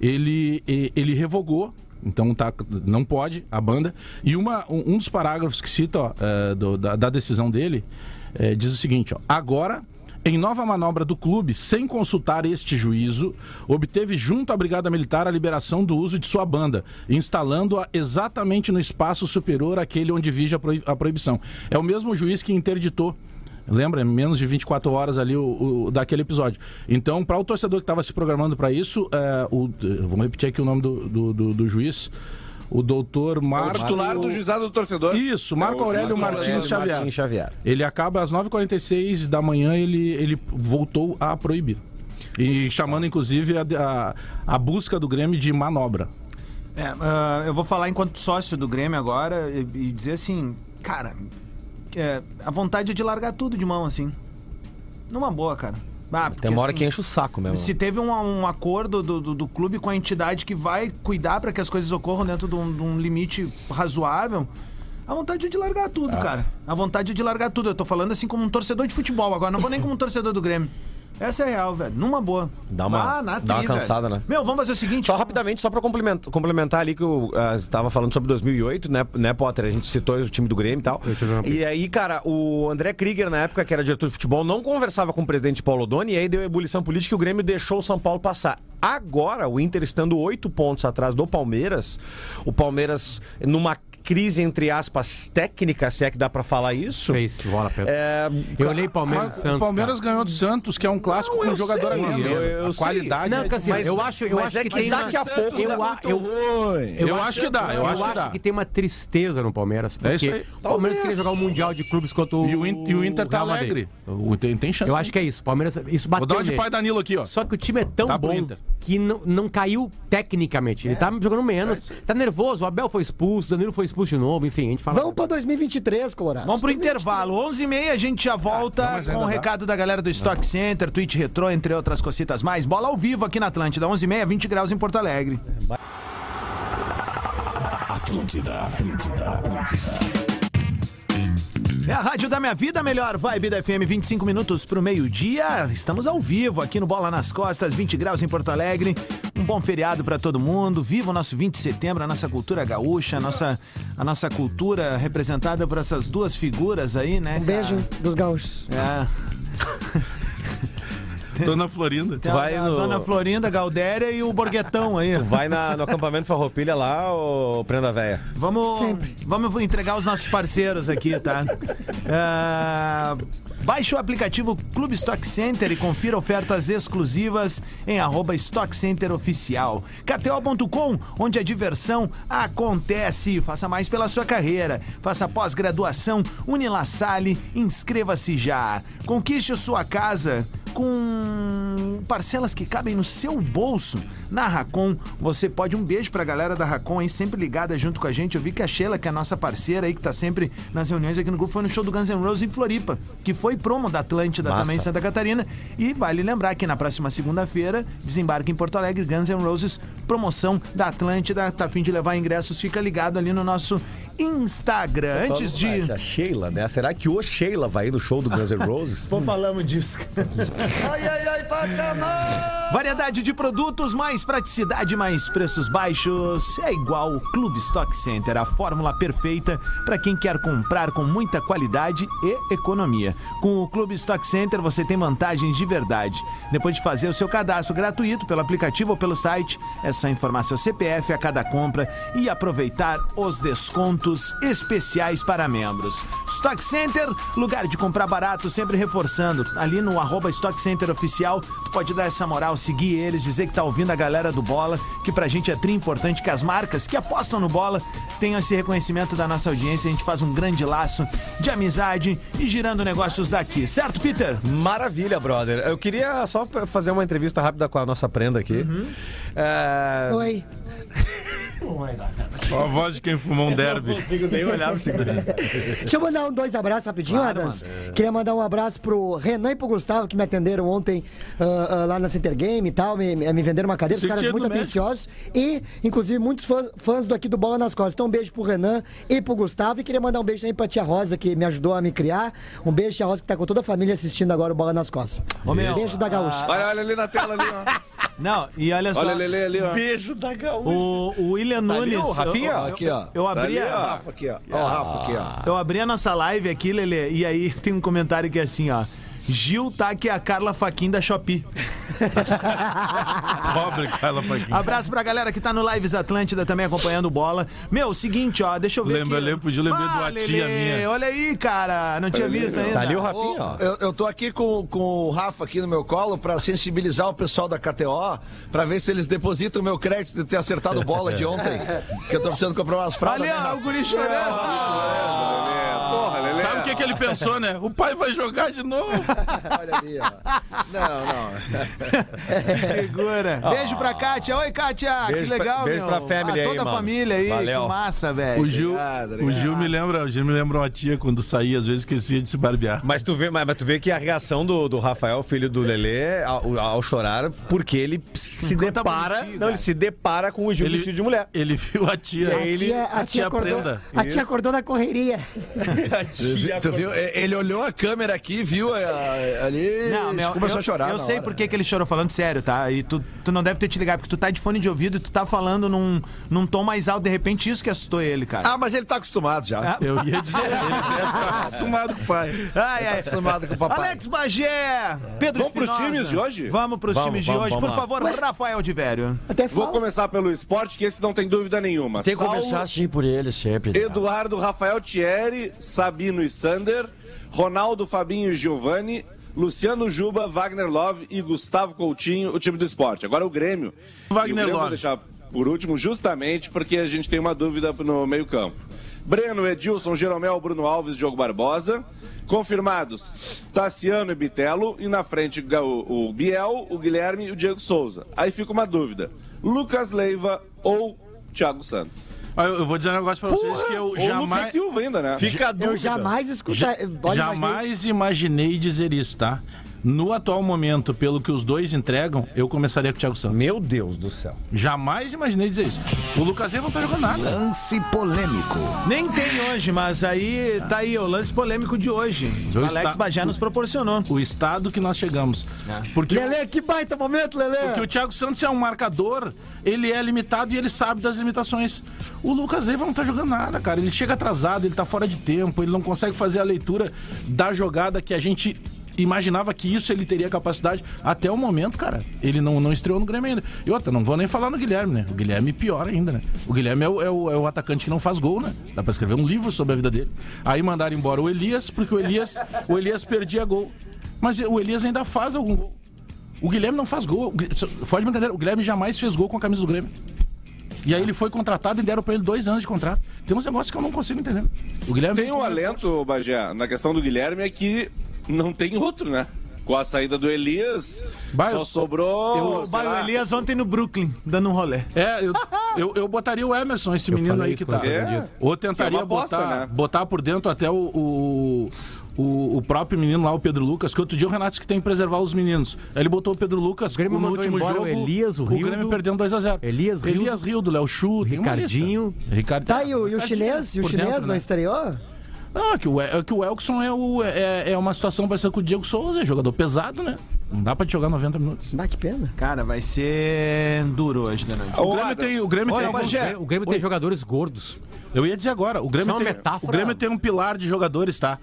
Ele, e- ele revogou, então tá, não pode, a banda. E uma, um um dos parágrafos que cita ó, eh, do- da, da decisão dele eh, diz o seguinte: ó, agora em nova manobra do clube, sem consultar este juízo, obteve junto à Brigada Militar a liberação do uso de sua banda, instalando-a exatamente no espaço superior àquele onde vige a, proi- a proibição. É o mesmo juiz que interditou. Lembra? Menos de 24 horas ali o, o- daquele episódio. Então, para o torcedor que estava se programando para isso, é, o, vamos repetir aqui o nome do, do- do- do juiz, o doutor
O
Marco...
titular do juizado do torcedor.
Isso, Marco
É o
Aurélio
Marco
Martins
Aurélio
Xavier.
Martins Xavier.
Ele acaba às 9h46 da manhã, ele, ele voltou a proibir. E chamando, inclusive, a, a, a busca do Grêmio de manobra.
É, ah, eu vou falar enquanto sócio do Grêmio agora e, e dizer assim, cara, é, a vontade é de largar tudo de mão, assim. Numa boa, cara. Ah, porque,
Tem uma hora
assim,
que enche o saco mesmo.
Se teve um, um acordo do, do, do clube com a entidade que vai cuidar pra que as coisas ocorram dentro de um, de um limite razoável, a vontade é de largar tudo,
Ah.
cara. A vontade é de largar tudo. Eu tô falando assim como um torcedor de futebol agora, não vou nem como um torcedor do Grêmio. Essa é a real, velho. Numa boa.
Dá uma-
Ah, na
dá uma
tri,
cansada, né?
Meu, vamos fazer o seguinte.
Só
vamos-
rapidamente, só pra complementar, complementar ali que eu estava falando sobre 2008, né, né, Potter? A gente citou o time do Grêmio e tal. E aí, cara, o André Krieger, na época que era diretor de futebol, não conversava com o presidente Paulo Doni e aí deu ebulição política e o Grêmio deixou o São Paulo passar. Agora, o Inter estando oito pontos atrás do Palmeiras, o Palmeiras numa crise, entre aspas, técnica, se é que dá pra falar isso.
Fez, bola, Pedro.
É,
Eu olhei Palmeiras e
Mas
Santos.
Ah, o Palmeiras ganhou do Santos, que é um clássico
Não,
com
eu
jogador
sei,
ali.
eu- eu
a
sei.
qualidade. é
Não, Cassiano,
Mas-
eu acho, eu
mas
acho
é
que,
que
tem
daqui
uma-
a pouco
eu, a- eu,
Oi.
Eu acho que dá, eu acho que dá.
tem uma tristeza no Palmeiras,
É isso
porque
aí.
o Palmeiras queria jogar o Mundial de Clubes contra o
E o, In- e o Inter tá
Real Madrid.
alegre. O Inter tem chance.
Eu acho que é isso, o Palmeiras, isso
Vou
bateu
dar uma de
nele.
pai Danilo aqui, ó.
Só que o time é tão
Dá pro
bom
Inter.
que não, não caiu tecnicamente.
É.
Ele tá jogando menos, tá nervoso, o Abel foi expulso, o Danilo foi expulso de novo, enfim, a gente fala...
Vamos pra 2023, Colorado.
Vamos pro intervalo. 11h30 a gente já volta com o recado da galera do Stock Center, Twitch Retro, entre outras cositas mais. Bola ao vivo aqui na Atlântida. 11h30, 20 graus em Porto Alegre. É a Rádio da Minha Vida, a melhor vibe da FM, 25 minutos pro meio-dia. Estamos ao vivo aqui no Bola nas Costas, 20 graus em Porto Alegre. Um bom feriado para todo mundo. Viva o nosso 20 de setembro, a nossa cultura gaúcha, a nossa, a nossa cultura representada por essas duas figuras aí, né?
Um beijo
Tá.
dos gaúchos.
É.
(laughs) Dona Florinda.
Tem a-
Vai
a
no-
Dona Florinda, Galdéria e o Borguetão aí.
Vai na- no acampamento Farroupilha lá, ô Prenda Véia.
Vamos,
Sempre.
vamos entregar os nossos parceiros aqui,
(laughs)
tá? Ah, baixe o aplicativo Clube Stock Center e confira ofertas exclusivas em arroba Stock Center Oficial. KTO.com, onde a diversão acontece. Faça mais pela sua carreira. Faça pós-graduação, Unilassale, inscreva-se já. Conquiste a sua casa com parcelas que cabem no seu bolso. Na Racon, você pode um beijo pra galera da Racon aí, sempre ligada junto com a gente. Eu vi que a Sheila, que é a nossa parceira aí, que tá sempre nas reuniões aqui no grupo, foi no show do Guns N' Roses em Floripa, que foi promo da Atlântida
Massa.
também em Santa Catarina. E vale lembrar que na próxima segunda-feira, desembarque em Porto Alegre, Guns N' Roses, promoção da Atlântida. Tá a fim de levar ingressos, fica ligado ali no nosso Instagram. Antes de.
A Sheila, né? Será que o Sheila vai ir no show do Guns N' Roses?
Não falamos disso.
(laughs) Ai, ai, ai, Pachamama!
Variedade de produtos, mais praticidade, mais preços baixos. É igual o Clube Stock Center, a fórmula perfeita para quem quer comprar com muita qualidade e economia. Com o Clube Stock Center você tem vantagens de verdade. Depois de fazer o seu cadastro gratuito pelo aplicativo ou pelo site, é só informar seu CPF a cada compra e aproveitar os descontos especiais para membros. Stock Center, lugar de comprar barato, sempre reforçando. Ali no arroba Stock Center Oficial, tu pode dar essa moral, seguir eles, dizer que tá ouvindo a galera do Bola, que pra gente é tri importante que as marcas que apostam no Bola tenham esse reconhecimento da nossa audiência. A gente faz um grande laço de amizade e girando negócios daqui. Certo, Peter?
(laughs) Maravilha, brother. Eu queria só pra fazer uma entrevista rápida com a nossa prenda aqui.
Uhum.
É,
Oi.
Ó a voz de quem fumou um derby. Não consigo nem olhar pro segurinho.
Deixa eu mandar um, dois abraços rapidinho,
Claro,
Adams.
mano.
Queria mandar um abraço pro Renan e pro Gustavo, que me atenderam ontem ah, ah, lá na Center Game e tal. Me, me venderam uma cadeira, os
Você
caras
tinha
muito
ido no
atenciosos. E, inclusive, muitos fã- fãs do aqui do Bola nas Costas. Então, um beijo pro Renan e pro Gustavo. E queria mandar um beijo também pra tia Rosa, que me ajudou a me criar. Um beijo, tia Rosa, que tá com toda a família assistindo agora o Bola nas Costas.
Ô, meu.
beijo da Gaúcha.
Olha, olha ali na tela ali, ó.
Não, e olha só.
Olha ele ali, ali, ó.
Beijo da gaúcha.
O, o William
Tá ali,
Nunes.
ó, Rafinha?
eu- eu-
Aqui, ó.
Eu abri
Tá ali, ó,
a.
Rafa, aqui, ó. Ó, o Rafa aqui, ó.
Eu abri a nossa live aqui, Lelê, e aí tem um comentário que é assim, ó. Gil tá que é a Carla Faquin da Shopee.
Pobre Carla Paquim.
Abraço pra galera que tá no Lives Atlântida também acompanhando bola. Meu, seguinte, ó, deixa eu ver.
Lembra,
aqui. Ah,
eu podia lembrar de uma
Lelê,
tia minha. Tá
Olha aí, cara. Não tinha visto
tá
ainda.
Ô, Eu, eu tô aqui com, com o Rafa aqui no meu colo pra sensibilizar o pessoal da KTO pra ver se eles depositam o meu crédito de ter acertado bola de (laughs) ontem. que eu tô precisando comprar umas fraldas. né,
Olha,
Rafa?
o guri chorando.
Porra, Lelê.
Sabe o que, que ele pensou, né? O pai vai jogar de novo.
Olha ali, ó. Não, não.
Segura. Beijo pra Kátia. Oi, Kátia.
Beijo
que
pra-
legal,
beijo
meu.
pra family
Ah,
aí,
toda a
mano.
família aí.
Valeu.
Que massa, velho.
Tá
O Gil, o Gil me lembra, o Gil me lembra uma tia quando saía, às vezes esquecia de se barbear.
Mas tu vê, mas, mas tu vê que a reação do, do Rafael, filho do Lelê, ao, ao chorar, porque ele se depara. não, ele se depara com o Gil
Ele-
vestido de mulher.
Ele viu a tia.
E aí ele-
Tia- a, tia acordou, a tia acordou na correria.
(laughs) Tu viu? E- Ele olhou a câmera aqui, viu a- a- ali
Não, meu,
começou
eu,
a chorar.
Eu
na
sei
hora.
por que que ele chorou falando sério, tá? E tu, tu não deve ter te ligado, porque tu tá de fone de ouvido e tu tá falando num, num tom mais alto, de repente isso que assustou ele, cara.
Ah, mas ele tá acostumado já.
Eu ia dizer, ele deve estar acostumado com o pai.
Ai,
Tá
ai.
acostumado com o papai.
Alex Bagé, Pedro
Vamos pros
Espinosa.
times de hoje?
Vamos pros
Vamos,
times de
vamos,
hoje.
vamos
Por
lá.
favor, Rafael de Velho.
Até
Vou começar pelo esporte, que esse não tem dúvida nenhuma.
Tem que
Saulo,
começar assim por ele sempre. né?
Eduardo, Rafael Thierry, Sabino e Sander, Ronaldo, Fabinho e Giovani, Luciano Juba, Wagner Love e Gustavo Coutinho, o time do esporte. Agora o Grêmio.
Wagner
E o Grêmio eu Vou
Love.
deixar por último, justamente porque a gente tem uma dúvida no meio-campo. Breno, Edilson, Jeromel, Bruno Alves, Diogo Barbosa. Confirmados, Tassiano e Bitelo. E na frente, Ga- o o Biel, o Guilherme e o Diego Souza. Aí fica uma dúvida: Lucas Leiva ou Thiago Santos?
Ah, Eu eu vou dizer um negócio pra vocês que eu
Ou Lucas
jamais.
Silva ainda, né?
Fica a dúvida.
Eu jamais
Ja-
escutar. tá- Olha, imaginei-
jamais imaginei dizer isso, tá? No atual momento, pelo que os dois entregam, eu começaria com o Thiago Santos.
Meu Deus do céu.
Jamais imaginei dizer isso. O Lucas Leiva não tá jogando nada.
Lance polêmico. Nem tem hoje, mas aí tá aí o lance polêmico de hoje.
Eu
Alex
esta-
Bagé nos proporcionou.
O estado que nós chegamos. Porque
Lelê, que baita momento, Lelê.
Porque o Thiago Santos é um marcador, ele é limitado e ele sabe das limitações. O Lucas Leiva não tá jogando nada, cara. Ele chega atrasado, ele tá fora de tempo, ele não consegue fazer a leitura da jogada que a gente imaginava que isso ele teria capacidade. Até o momento, cara, ele não, não estreou no Grêmio ainda. E outra, não vou nem falar no Guilherme, né? O Guilherme pior ainda, né? O Guilherme é o, é o- é o atacante que não faz gol, né? Dá pra escrever um livro sobre a vida dele. Aí mandaram embora o Elias, porque o Elias, o Elias perdia gol. Mas o Elias ainda faz algum gol. O Guilherme não faz gol. O Gui- Fode brincadeira, o Guilherme jamais fez gol com a camisa do Grêmio. E aí ele foi contratado e deram pra ele dois anos de contrato. Tem uns negócios que eu não consigo entender. O Guilherme
Tem um alento, Bagé, na questão do Guilherme é que não tem outro, né? Com a saída do Elias,
Bah,
só
eu-
sobrou.
Eu,
sei
o
lá.
Elias ontem no Brooklyn, dando um rolê.
É, eu, eu, eu botaria o Emerson, esse menino
falei
aí
isso
que tá.
quando eu tava dito.
Ou tentaria
Que é uma aposta,
botar,
né?
botar por dentro até o, o, o, o próprio menino lá, o Pedro Lucas, que outro dia o Renato disse que tem que preservar os meninos. Aí ele botou o Pedro Lucas
O Grêmio
no
mandou
último
embora
jogo.
o Elias, o Rildo.
Grêmio perdendo 2x0.
Elias, Rildo.
Elias Rildo, Léo Chu, tem uma lista.
Ricardinho.
Ricardinho.
Tá, e o, e o chinês? E o
por
chinês
dentro,
não
né?
estreou?
Não, é que o, é que o Elkson é, o- é- é uma situação parecida com o Diego Souza, é jogador pesado, né? Não dá pra te jogar 90 minutos.
Ah, que pena.
Cara, vai ser duro hoje da noite.
O Grêmio tem, o Grêmio tem, alguns-
o Grêmio tem jogadores gordos.
Eu ia dizer agora, o Grêmio,
Isso é uma
tem,
metáfora.
o Grêmio tem um pilar de jogadores, tá?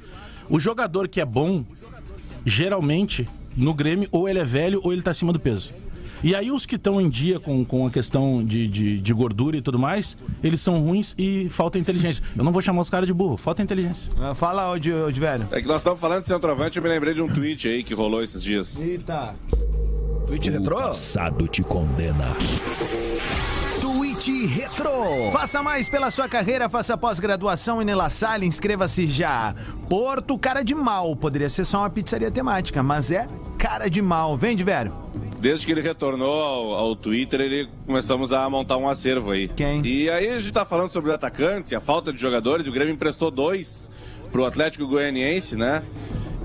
O jogador que é bom, geralmente, no Grêmio, ou ele é velho ou ele tá acima do peso. E aí os que estão em dia com, com a questão de, de, de gordura e tudo mais, eles são ruins e falta inteligência. Eu não vou chamar os caras de burro, falta inteligência.
Ah, Fala, ô, de, ô, de velho.
É que nós estamos falando de centroavante, eu me lembrei de um tweet aí que rolou esses dias.
Eita.
Twitch
Hum,
retrô?
tá
Passado te condena.
Twitch Retro. Faça mais pela sua carreira, faça pós-graduação em Nela Salle, inscreva-se já. Porto Cara de Mal, poderia ser só uma pizzaria temática, mas é Cara de Mal. Vende, velho.
Desde que ele retornou ao, ao Twitter, ele começamos a montar um acervo aí. Quem? E aí a gente tá falando sobre atacantes e a falta de jogadores. e O Grêmio emprestou dois pro Atlético Goianiense, né?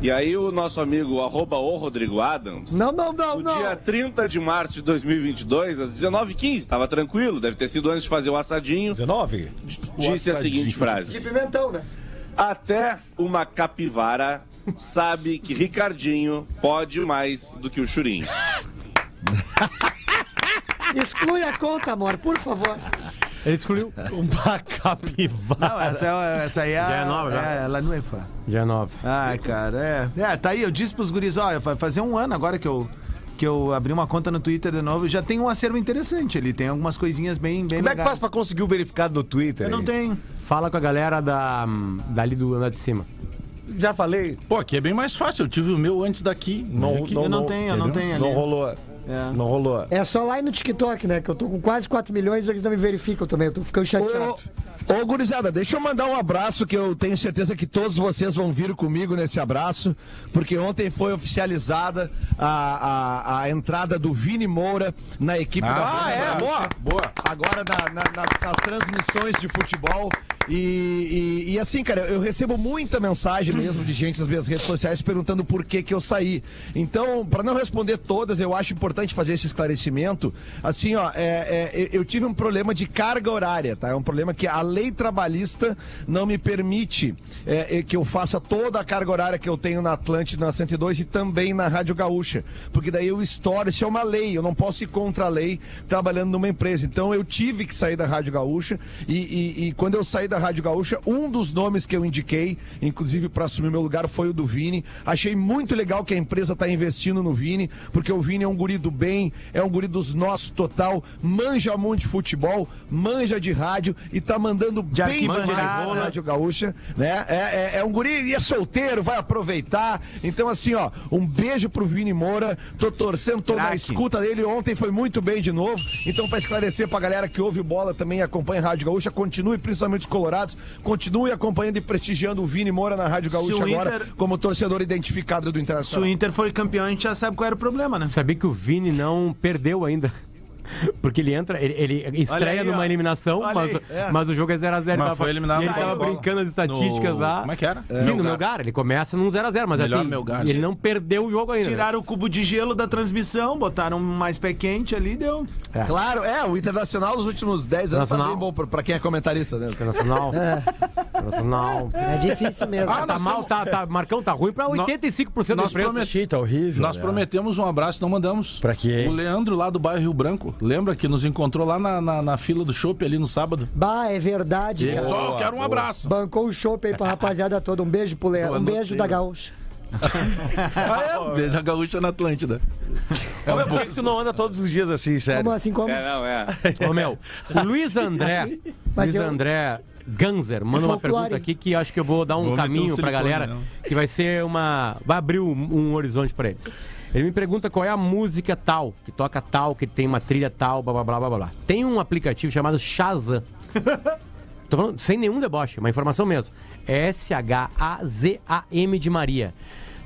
E aí o nosso amigo, arroba o Rodrigo Adams...
Não, não, não,
no dia 30 de março de 2022, às 19h15, tava tranquilo, deve ter sido antes de fazer o assadinho.
19?
Disse a seguinte frase.
De pimentão, né?
Até uma capivara sabe que Ricardinho pode mais do que o Churinho.
Exclui a conta, amor, por favor.
Ele excluiu.
Uma capivara.
Não, essa, é- essa aí é.
(laughs) Já é nova, já.
É, ela não é fã.
Dia 9.
Ai, cara, é. É, tá aí, eu disse pros guris, olha, vai fazer um ano agora que eu. Que eu abri uma conta no Twitter de novo, já tem um acervo interessante. Ele tem algumas coisinhas bem, bem
Como é que
legais.
faz pra conseguir o verificado no Twitter?
Eu não
aí?
tenho.
Fala com a galera da, hum, dali do andar de cima.
Já falei?
Pô, aqui é bem mais fácil, eu tive o meu antes daqui. né,
Não,
aqui.
Eu não tenho, eu não tenho ali.
Não rolou.
É.
Não rolou.
É só lá e no TikTok, né? Que eu tô com quase 4 milhões e eles não me verificam também. Eu tô ficando chateado.
Ô, ô, gurizada, deixa eu mandar um abraço que eu tenho certeza que todos vocês vão vir comigo nesse abraço, porque ontem foi oficializada a, a, a entrada do Vini Moura na equipe da
Ah,
Banda
é?
Brava.
Boa, boa.
agora na- na- na- nas transmissões de futebol. E, e- e assim, cara, eu recebo muita mensagem mesmo de gente nas minhas redes sociais perguntando por que que eu saí. Então, para não responder todas, eu acho importante fazer esse esclarecimento. Assim, ó, é- é, eu- eu tive um problema de carga horária, tá? É um problema que a lei trabalhista não me permite é, é, que eu faça toda a carga horária que eu tenho na Atlântida, na 102 e também na Rádio Gaúcha. Porque daí eu estouro, isso é uma lei, eu não posso ir contra a lei trabalhando numa empresa. Então eu tive que sair da Rádio Gaúcha e, e- e quando eu saí da Rádio Gaúcha, um dos nomes que eu indiquei, inclusive para assumir meu lugar, foi o do Vini. Achei muito legal que a empresa está investindo no Vini, porque o Vini é um guri do bem, é um guri dos nossos total, manja muito de futebol, manja de rádio e tá mandando
De
bem
arquibancada.
demais na Rádio Gaúcha, né? É, é- é um guri e é solteiro, vai aproveitar. Então, assim, ó, um beijo pro Vini Moura. Tô torcendo, tô na
Craque.
escuta dele. Ontem foi muito bem de novo. Então, pra esclarecer pra galera que ouve o bola também e acompanha a Rádio Gaúcha, continue, principalmente os colorados, continue acompanhando e prestigiando o Vini Moura na Rádio Gaúcha
o
agora,
Inter-
como torcedor
Se
identificado do
o
Tá.
Internacional.
Inter for campeão, a gente já sabe qual era o problema, né?
Sabia que o Vini não perdeu ainda. Porque ele entra, ele, ele estreia
aí,
numa
ó.
eliminação,
Olha
mas,
aí, é.
mas o jogo é 0x0.
Mas foi eliminado
ele
no
tava
Botafogo.
brincando as estatísticas
No-
lá.
como é que era?
Sim, no
Melgar.
Melgar. Ele começa num 0x0, mas
Melhor
assim,
Melgar,
ele
sim.
não perdeu o jogo ainda. né?
Tiraram o cubo de gelo da transmissão, botaram um mais pé quente ali e deu.
Claro, é, o Internacional nos últimos 10 anos tá
Internacional.
bem bom pra, pra quem é comentarista, né?
(laughs)
Internacional.
É.
Internacional.
É difícil mesmo.
Ah, tá mal, tá, tá, Marcão tá ruim pra 85% do
nós
preço.
promet-
Achei, tá horrível.
Nós
né?
prometemos um abraço, não mandamos.
Pra quê, hein?
O Leandro lá do bairro Rio Branco, lembra que nos encontrou lá na, na, na fila do shopping ali no sábado?
Bah, é verdade,
Ele
cara.
só, eu quero um abraço.
Bancou o chopp aí pra rapaziada toda. Um beijo pro Leandro. Um
Boa
beijo
noite.
da Gaúcha.
Ah, é? Desde a gaúcha na Atlântida.
Ô, meu, Por que que tu não anda todos os dias assim, sério?
Como assim como?
É, não, é.
(laughs) Ô, meu, o Luiz André.
Mas
Luiz
eu-
André Ganzer manda uma
Folclore.
pergunta aqui que acho que eu vou dar um
Vou meter um
caminho pra
silicone,
galera.
não.
Que vai ser uma. Vai abrir um, um horizonte pra eles. Ele me pergunta qual é a música tal, que toca tal, que tem uma trilha tal, blá blá blá blá blá. Tem um aplicativo chamado Shazam. Tô falando sem nenhum deboche, uma informação mesmo. É S-H-A-Z-A-M de Maria.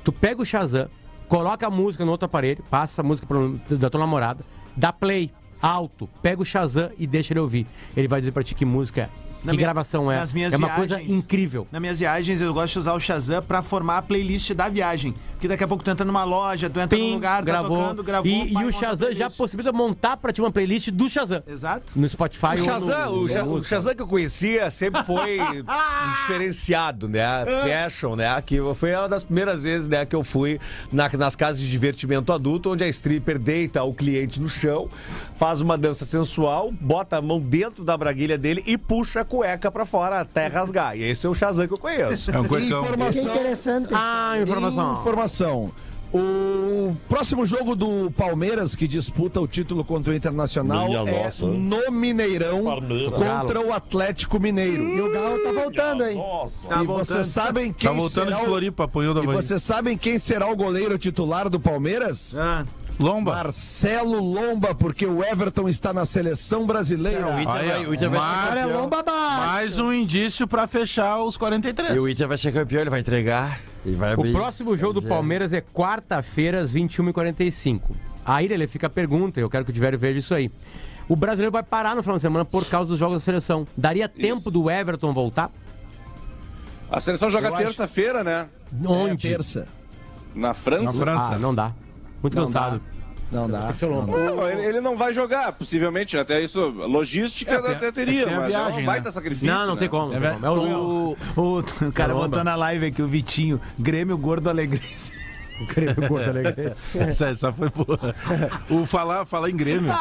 Tu pega o Shazam, coloca a música no outro aparelho, passa a música pro- da tua namorada, dá play, alto, pega o Shazam e deixa ele ouvir. Ele vai dizer pra ti que música é. que gravação é.
Nas minhas
é uma
viagens, tá
coisa incrível.
Nas minhas viagens, eu gosto de usar o Shazam pra formar a playlist da viagem. Porque daqui a pouco tu entra numa loja, tu entra num lugar,
gravou,
tá tocando, gravou.
e,
pai,
e o
monta a
Shazam já
playlist. É.
possibilita montar pra ti uma playlist do Shazam.
Exato.
No
É
Spotify
O
ou
Shazam,
no-
o, Sha-
no-
o Shazam que eu conhecia
(laughs)
sempre foi um diferenciado, né? Fashion, né? Que foi uma das primeiras vezes né, que eu fui na- nas casas de divertimento adulto, onde a stripper deita o cliente no chão, faz uma dança sensual, bota a mão dentro da braguilha dele e puxa a cueca pra fora até rasgar. E esse é o Shazam que eu conheço.
É um cuecão. Informação-
interessante.
Ah, informação.
Informação. O próximo jogo do Palmeiras, que disputa o título contra o Internacional,
Minha
é
nossa.
no Mineirão
Palmeiras.
contra o Atlético Mineiro.
E o Galo tá voltando, hein?
tá
e vocês sabem quem
Tá voltando
será
de
o-
Floripa, apanhou da
E
Bahia.
vocês sabem quem será o goleiro titular do Palmeiras? Lomba. Marcelo Lomba, porque o Everton está na seleção brasileira.
Aí, ó,
Mar-
é
mais um indício pra fechar os 43.
E o Inter vai ser campeão, ele vai entregar e vai abrir.
O próximo jogo do Palmeiras é quarta-feira, às 21h45. Aí ele fica a pergunta, eu quero que o Diverio veja isso aí. O brasileiro vai parar no final de semana por causa dos jogos da seleção. Daria tempo do Everton voltar?
A seleção joga
Eu acho-
terça-feira, né?
Onde?
é terça.
Na França?
Ah, não
(laughs)
dá. Muito
Não
cansado.
Não dá.
Não, ele, ele não vai jogar, possivelmente, até isso, logística até teria, mas é um baita sacrifício.
Não, não
né?
tem como. não tem como. É o, o, o cara botou na live aqui o Vitinho, Grêmio Gordo Alegrense.
Grêmio Porto Alegre.
essa, essa foi boa. O falar, falar em Grêmio.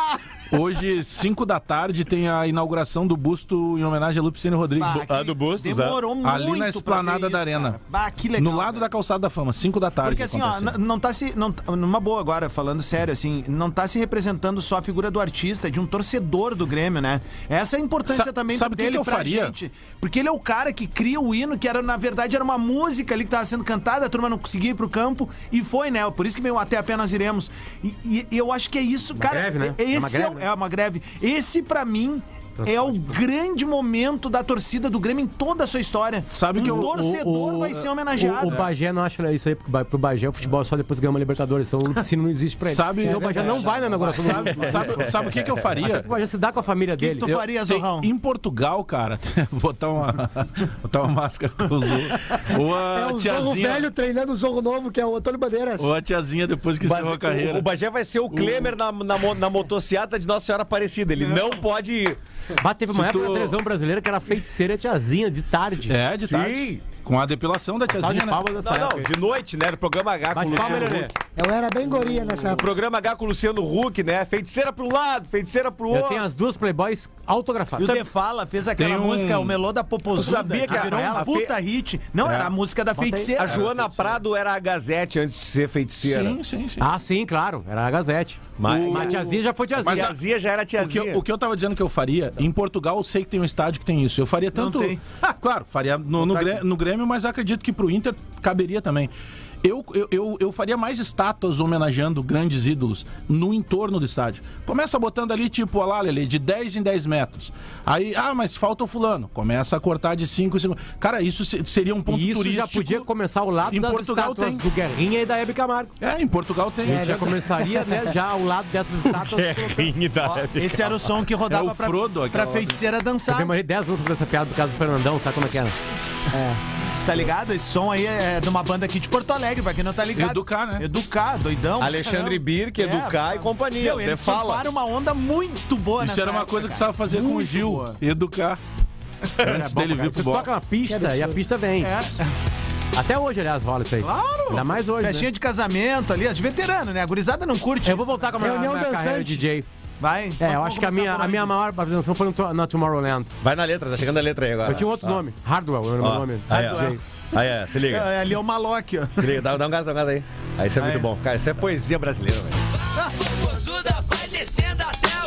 Hoje, 5 da tarde, tem a inauguração do busto em homenagem a Lupicínio Rodrigues.
Bah, que Ah, do Bustos, é. demorou muito
Ali na
pra ter
esplanada
isso,
da Arena.
cara. Bah, que legal,
no lado da Calçada da Fama, 5 da tarde.
né? Porque assim, ó,
acontece.
n- não tá se. Não, tá- numa boa agora, falando sério, assim, não tá se representando só a figura do artista, de um torcedor do Grêmio, né? Essa é a importância
Sa-
também
sabe o que
dele
que eu
pra
faria?
gente. Porque ele é o cara que cria o hino, que era, na verdade, era uma música ali que tava sendo cantada, a turma não conseguia ir pro campo e foi, né? Por isso que veio até apenas iremos. E, e- e eu acho que é isso, cara.
greve, né?
Esse
É uma
é,
greve,
o-
né?
é uma greve. Esse, pra mim. É o grande momento da torcida do Grêmio em toda a sua história.
Sabe
um
que eu- o-
torcedor
o-
vai ser homenageado.
O, o Bagé não acha isso aí, porque ba- pro Bagé o futebol é só depois que ganha uma Libertadores, então o Lupicínio não existe pra ele.
Sabe-
então o Bagé não vai na inauguração do
Sabe- sabe- sabe o que que eu faria?
(laughs) Até porque o Bagé se dá com a família dele.
tu
Eu-
faria,
Tem-
Zorrão?
Em Portugal, cara, (laughs) botar uma, (laughs) botar uma máscara com o Zorro. Ou a
É o Zorro
tiazinha.
velho treinando o Zorro novo, que é o Antônio Bandeiras.
Ou a tiazinha depois que encerrou a carreira.
O, o Bagé vai ser o Klemer na, na, mo- na motociata de Nossa Senhora Aparecida. Ele não pode ir.
Bah, teve uma
Se
época
tu-
na televisão brasileira que era feiticeira tiazinha de tarde.
É, de tarde. Com a depilação da
Salve
tiazinha,
de
né?
palmas
Não,
dessa época.
não, de noite, né? Era o programa H com o
Bate palma,
Luciano
Lelê.
Huck.
Eu era bem goria nessa
O
época.
programa H com o Luciano Huck, né? Feiticeira pra um lado, feiticeira pro
Eu
outro.
tenho as duas Playboys
E o
autografadas.
De Fala fez aquela
Tem um-
música, o Melô da Popozuda,
Eu sabia que
virou
a-
um
a
puta
fe-
hit. Não, era a música da feiticeira.
A Joana Prado era a Gazete antes de ser feiticeira.
Sim, sim, sim.
Ah, sim, claro. Era a Gazete.
Mas-
Mas a tiazinha já foi tiazinha.
Mas é a Zia já era
O que,
tiazinha.
eu, o que eu tava dizendo que eu faria, em Portugal eu sei que tem um estádio que tem isso. Eu faria tanto.
tem.
Ah, claro, faria no, no, Grê- no Grêmio, mas acredito que pro Inter caberia também. Eu, eu, eu, eu faria mais estátuas homenageando grandes ídolos no entorno do estádio. Começa botando ali, tipo, olha lá, Lele, de 10 em 10 metros. Aí, ah, mas falta o fulano. Começa a cortar de 5 em 5. Cara, isso se- seria um ponto
E isso
turístico.
já podia começar ao lado
Em
das
Portugal
estátuas
tem.
do Guerrinha e da Hebe Camargo.
É, em Portugal tem.
A gente já começaria, né, já ao lado dessas estátuas.
Ó, Esse era o som que rodava
É o Frodo,
pra,
aquela
pra feiticeira
Eu
dançar.
demorei 10 anos pra fazer essa piada por causa do Fernandão, sabe como é que Tá. era?
Tá ligado? Esse som aí é de uma banda aqui de Porto Alegre, pra quem não tá ligado.
Educar, né?
Educar, doidão.
Alexandre
caramba. É,
Birk, Educar
mano.
e companhia.
Meu,
Meu,
eles
fala.
surfaram uma onda muito boa
Isso
nessa
era uma
época,
coisa que
cara.
precisava fazer com o
Muito
Gil.
boa.
Educar.
Era
Antes
bom,
dele
cara.
vir
Você
pro bola.
toca na pista e a pista vem. Até hoje, aliás, rola isso aí.
Claro!
Ainda mais hoje.
Festinha
né?
de casamento ali, as de veterano, né? A gurizada não curte.
Eu vou voltar com a minha,
Reunião
minha carreira de
dançante.
DJ.
Vai.
É,
Vamos
eu acho que a
começar
minha,
por
a
onde?
minha maior apresentação foi no, to- na Tomorrowland.
Vai na letra, tá chegando a letra aí agora.
Eu tinha um outro nome. Hardwell era o meu
Ó,
nome.
Aí,
DJ.
ó. aí, é, se (laughs) liga.
É, ali é o Maloc, ó.
Se liga, dá, dá um gás, dá um gás aí. Aí isso é muito bom. Cara, isso é poesia brasileira, velho.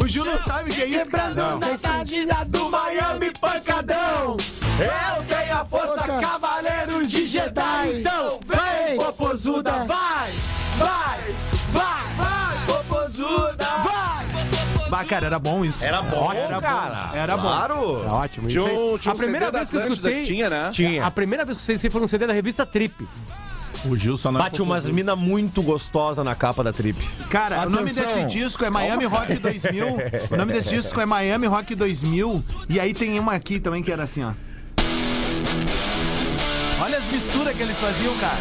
O Gil não sabe o que é isso, cara.
Não sei se-
do Miami Pancadão. Eu tenho a força
Força.
Cavaleiros de
Jedi. Então vem, popozuda,
vai, vai, vai, vai, Popozuda, vai.
Bah, cara, era bom isso.
Era bom,
era
cara.
Bom. Era bom.
Claro.
Tá ótimo.
Tinha
isso aí.
um- tinha um
a primeira
CD da
vez que eu
Atlântida,
escutei.
tinha, né?
Tinha.
A primeira vez que eu escutei isso aí foi no CD da revista Trip.
O Gilson não é
Bate umas
cocôzinho.
mina muito gostosa na capa da trip.
Cara, o nome desse disco é Miami Rock
(laughs)
2000. O nome desse disco é Miami Rock 2000. E aí tem uma aqui também que era assim, ó. Olha as misturas que eles faziam, cara.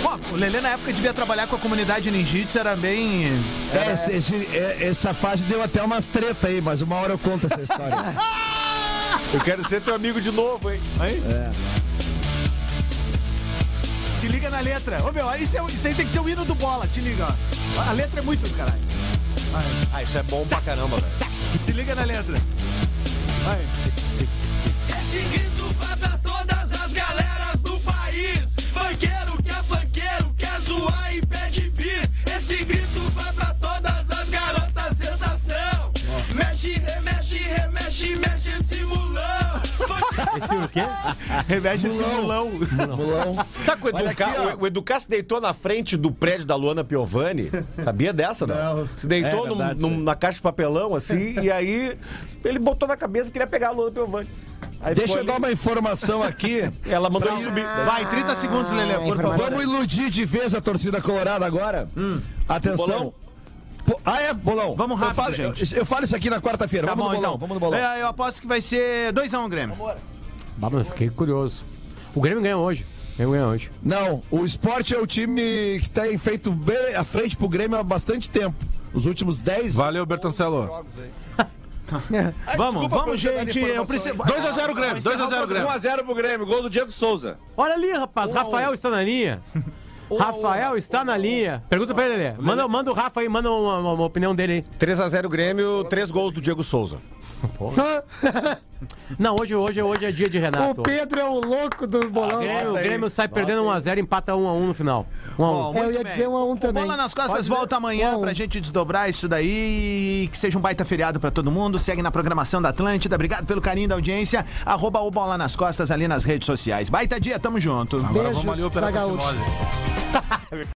Bom, o Lelê na época devia trabalhar com a comunidade ninjitsu, era bem.
É, esse- esse- é, essa fase deu até umas treta aí, mas uma hora eu conto essa história.
(laughs)
Eu quero ser teu amigo de novo, hein?
Aí? Se liga na letra. Ô meu, isso, é, isso aí tem que ser o hino do bola, te liga, ó. A letra é muito do caralho.
Ah, isso é bom pra caramba, velho.
Se liga na letra. Vai.
Esse grito vai pra todas as galeras do país. Banqueiro que é banqueiro, quer zoar e pede bis. Esse grito vai pra todas as garotas, sensação. Mexe, remexe, remexe, mexe esse mulão.
Esse o quê?
Remexe esse mulão.
(laughs) Sabe que o Educa,
aqui, ó.
o- o Educa se deitou na frente do prédio da Luana Piovani? Sabia dessa, não? Se deitou
É
num-
verdade,
num-
sim.
na caixa de papelão,
(laughs)
assim, e aí ele botou na cabeça que queria pegar a Luana Piovani.
É
Aí
Deixa
foi
eu dar
ali.
uma informação aqui.
Ela mandou ele subir.
Vai, 30 segundos, Lelê, por favor.
Vamos iludir de vez a torcida colorada agora? Atenção.
Hum. Bolão?
Po- Ah, é, bolão.
Vamos rápido,
eu falo,
gente.
Eu, eu falo isso aqui na quarta-feira.
Tá
vamos
bom,
no bolão.
então.
Vamos no bolão.
É, eu aposto que vai ser 2x1, Grêmio.
Bah, mas eu fiquei curioso. O Grêmio ganha hoje. O Grêmio ganha hoje.
Não, o esporte é o time que tem feito bem à frente pro Grêmio há bastante tempo. Os últimos 10
Valeu, Bertancelo.
Vamos,
desculpa
vamos,
por eu dar
gente.
informação
Eu preciso.
aí.
2 a 0 Grêmio, 2 Um a 0 Grêmio.
1x0 pro Grêmio, gol do Diego Souza.
Olha ali, rapaz. Rafael está na linha. Rafael está na linha. Pergunta pra ele, Lelê. Manda, manda o Rafa aí, manda uma, uma- uma opinião dele aí.
3x0 Grêmio, 3 gols do Diego Souza.
Não, hoje, hoje, hoje é dia de Renato.
O Pedro é o louco do
O
bolão.
Grêmio, o Grêmio sai perdendo 1x0, empata 1x1 no final. 1x1.
Bom,
eu
muito
ia
bem.
dizer um a um também.
Bola nas costas
Pode
volta
dizer
amanhã
um a um.
pra gente desdobrar isso daí. e Que seja um baita feriado pra todo mundo. Segue na programação da Atlântida. Obrigado pelo carinho da audiência. Arroba o Bola nas Costas ali nas redes sociais. Baita dia, tamo junto.
Agora
Beijo
vamos ali operar
pra
a
Gaúcha.
finose.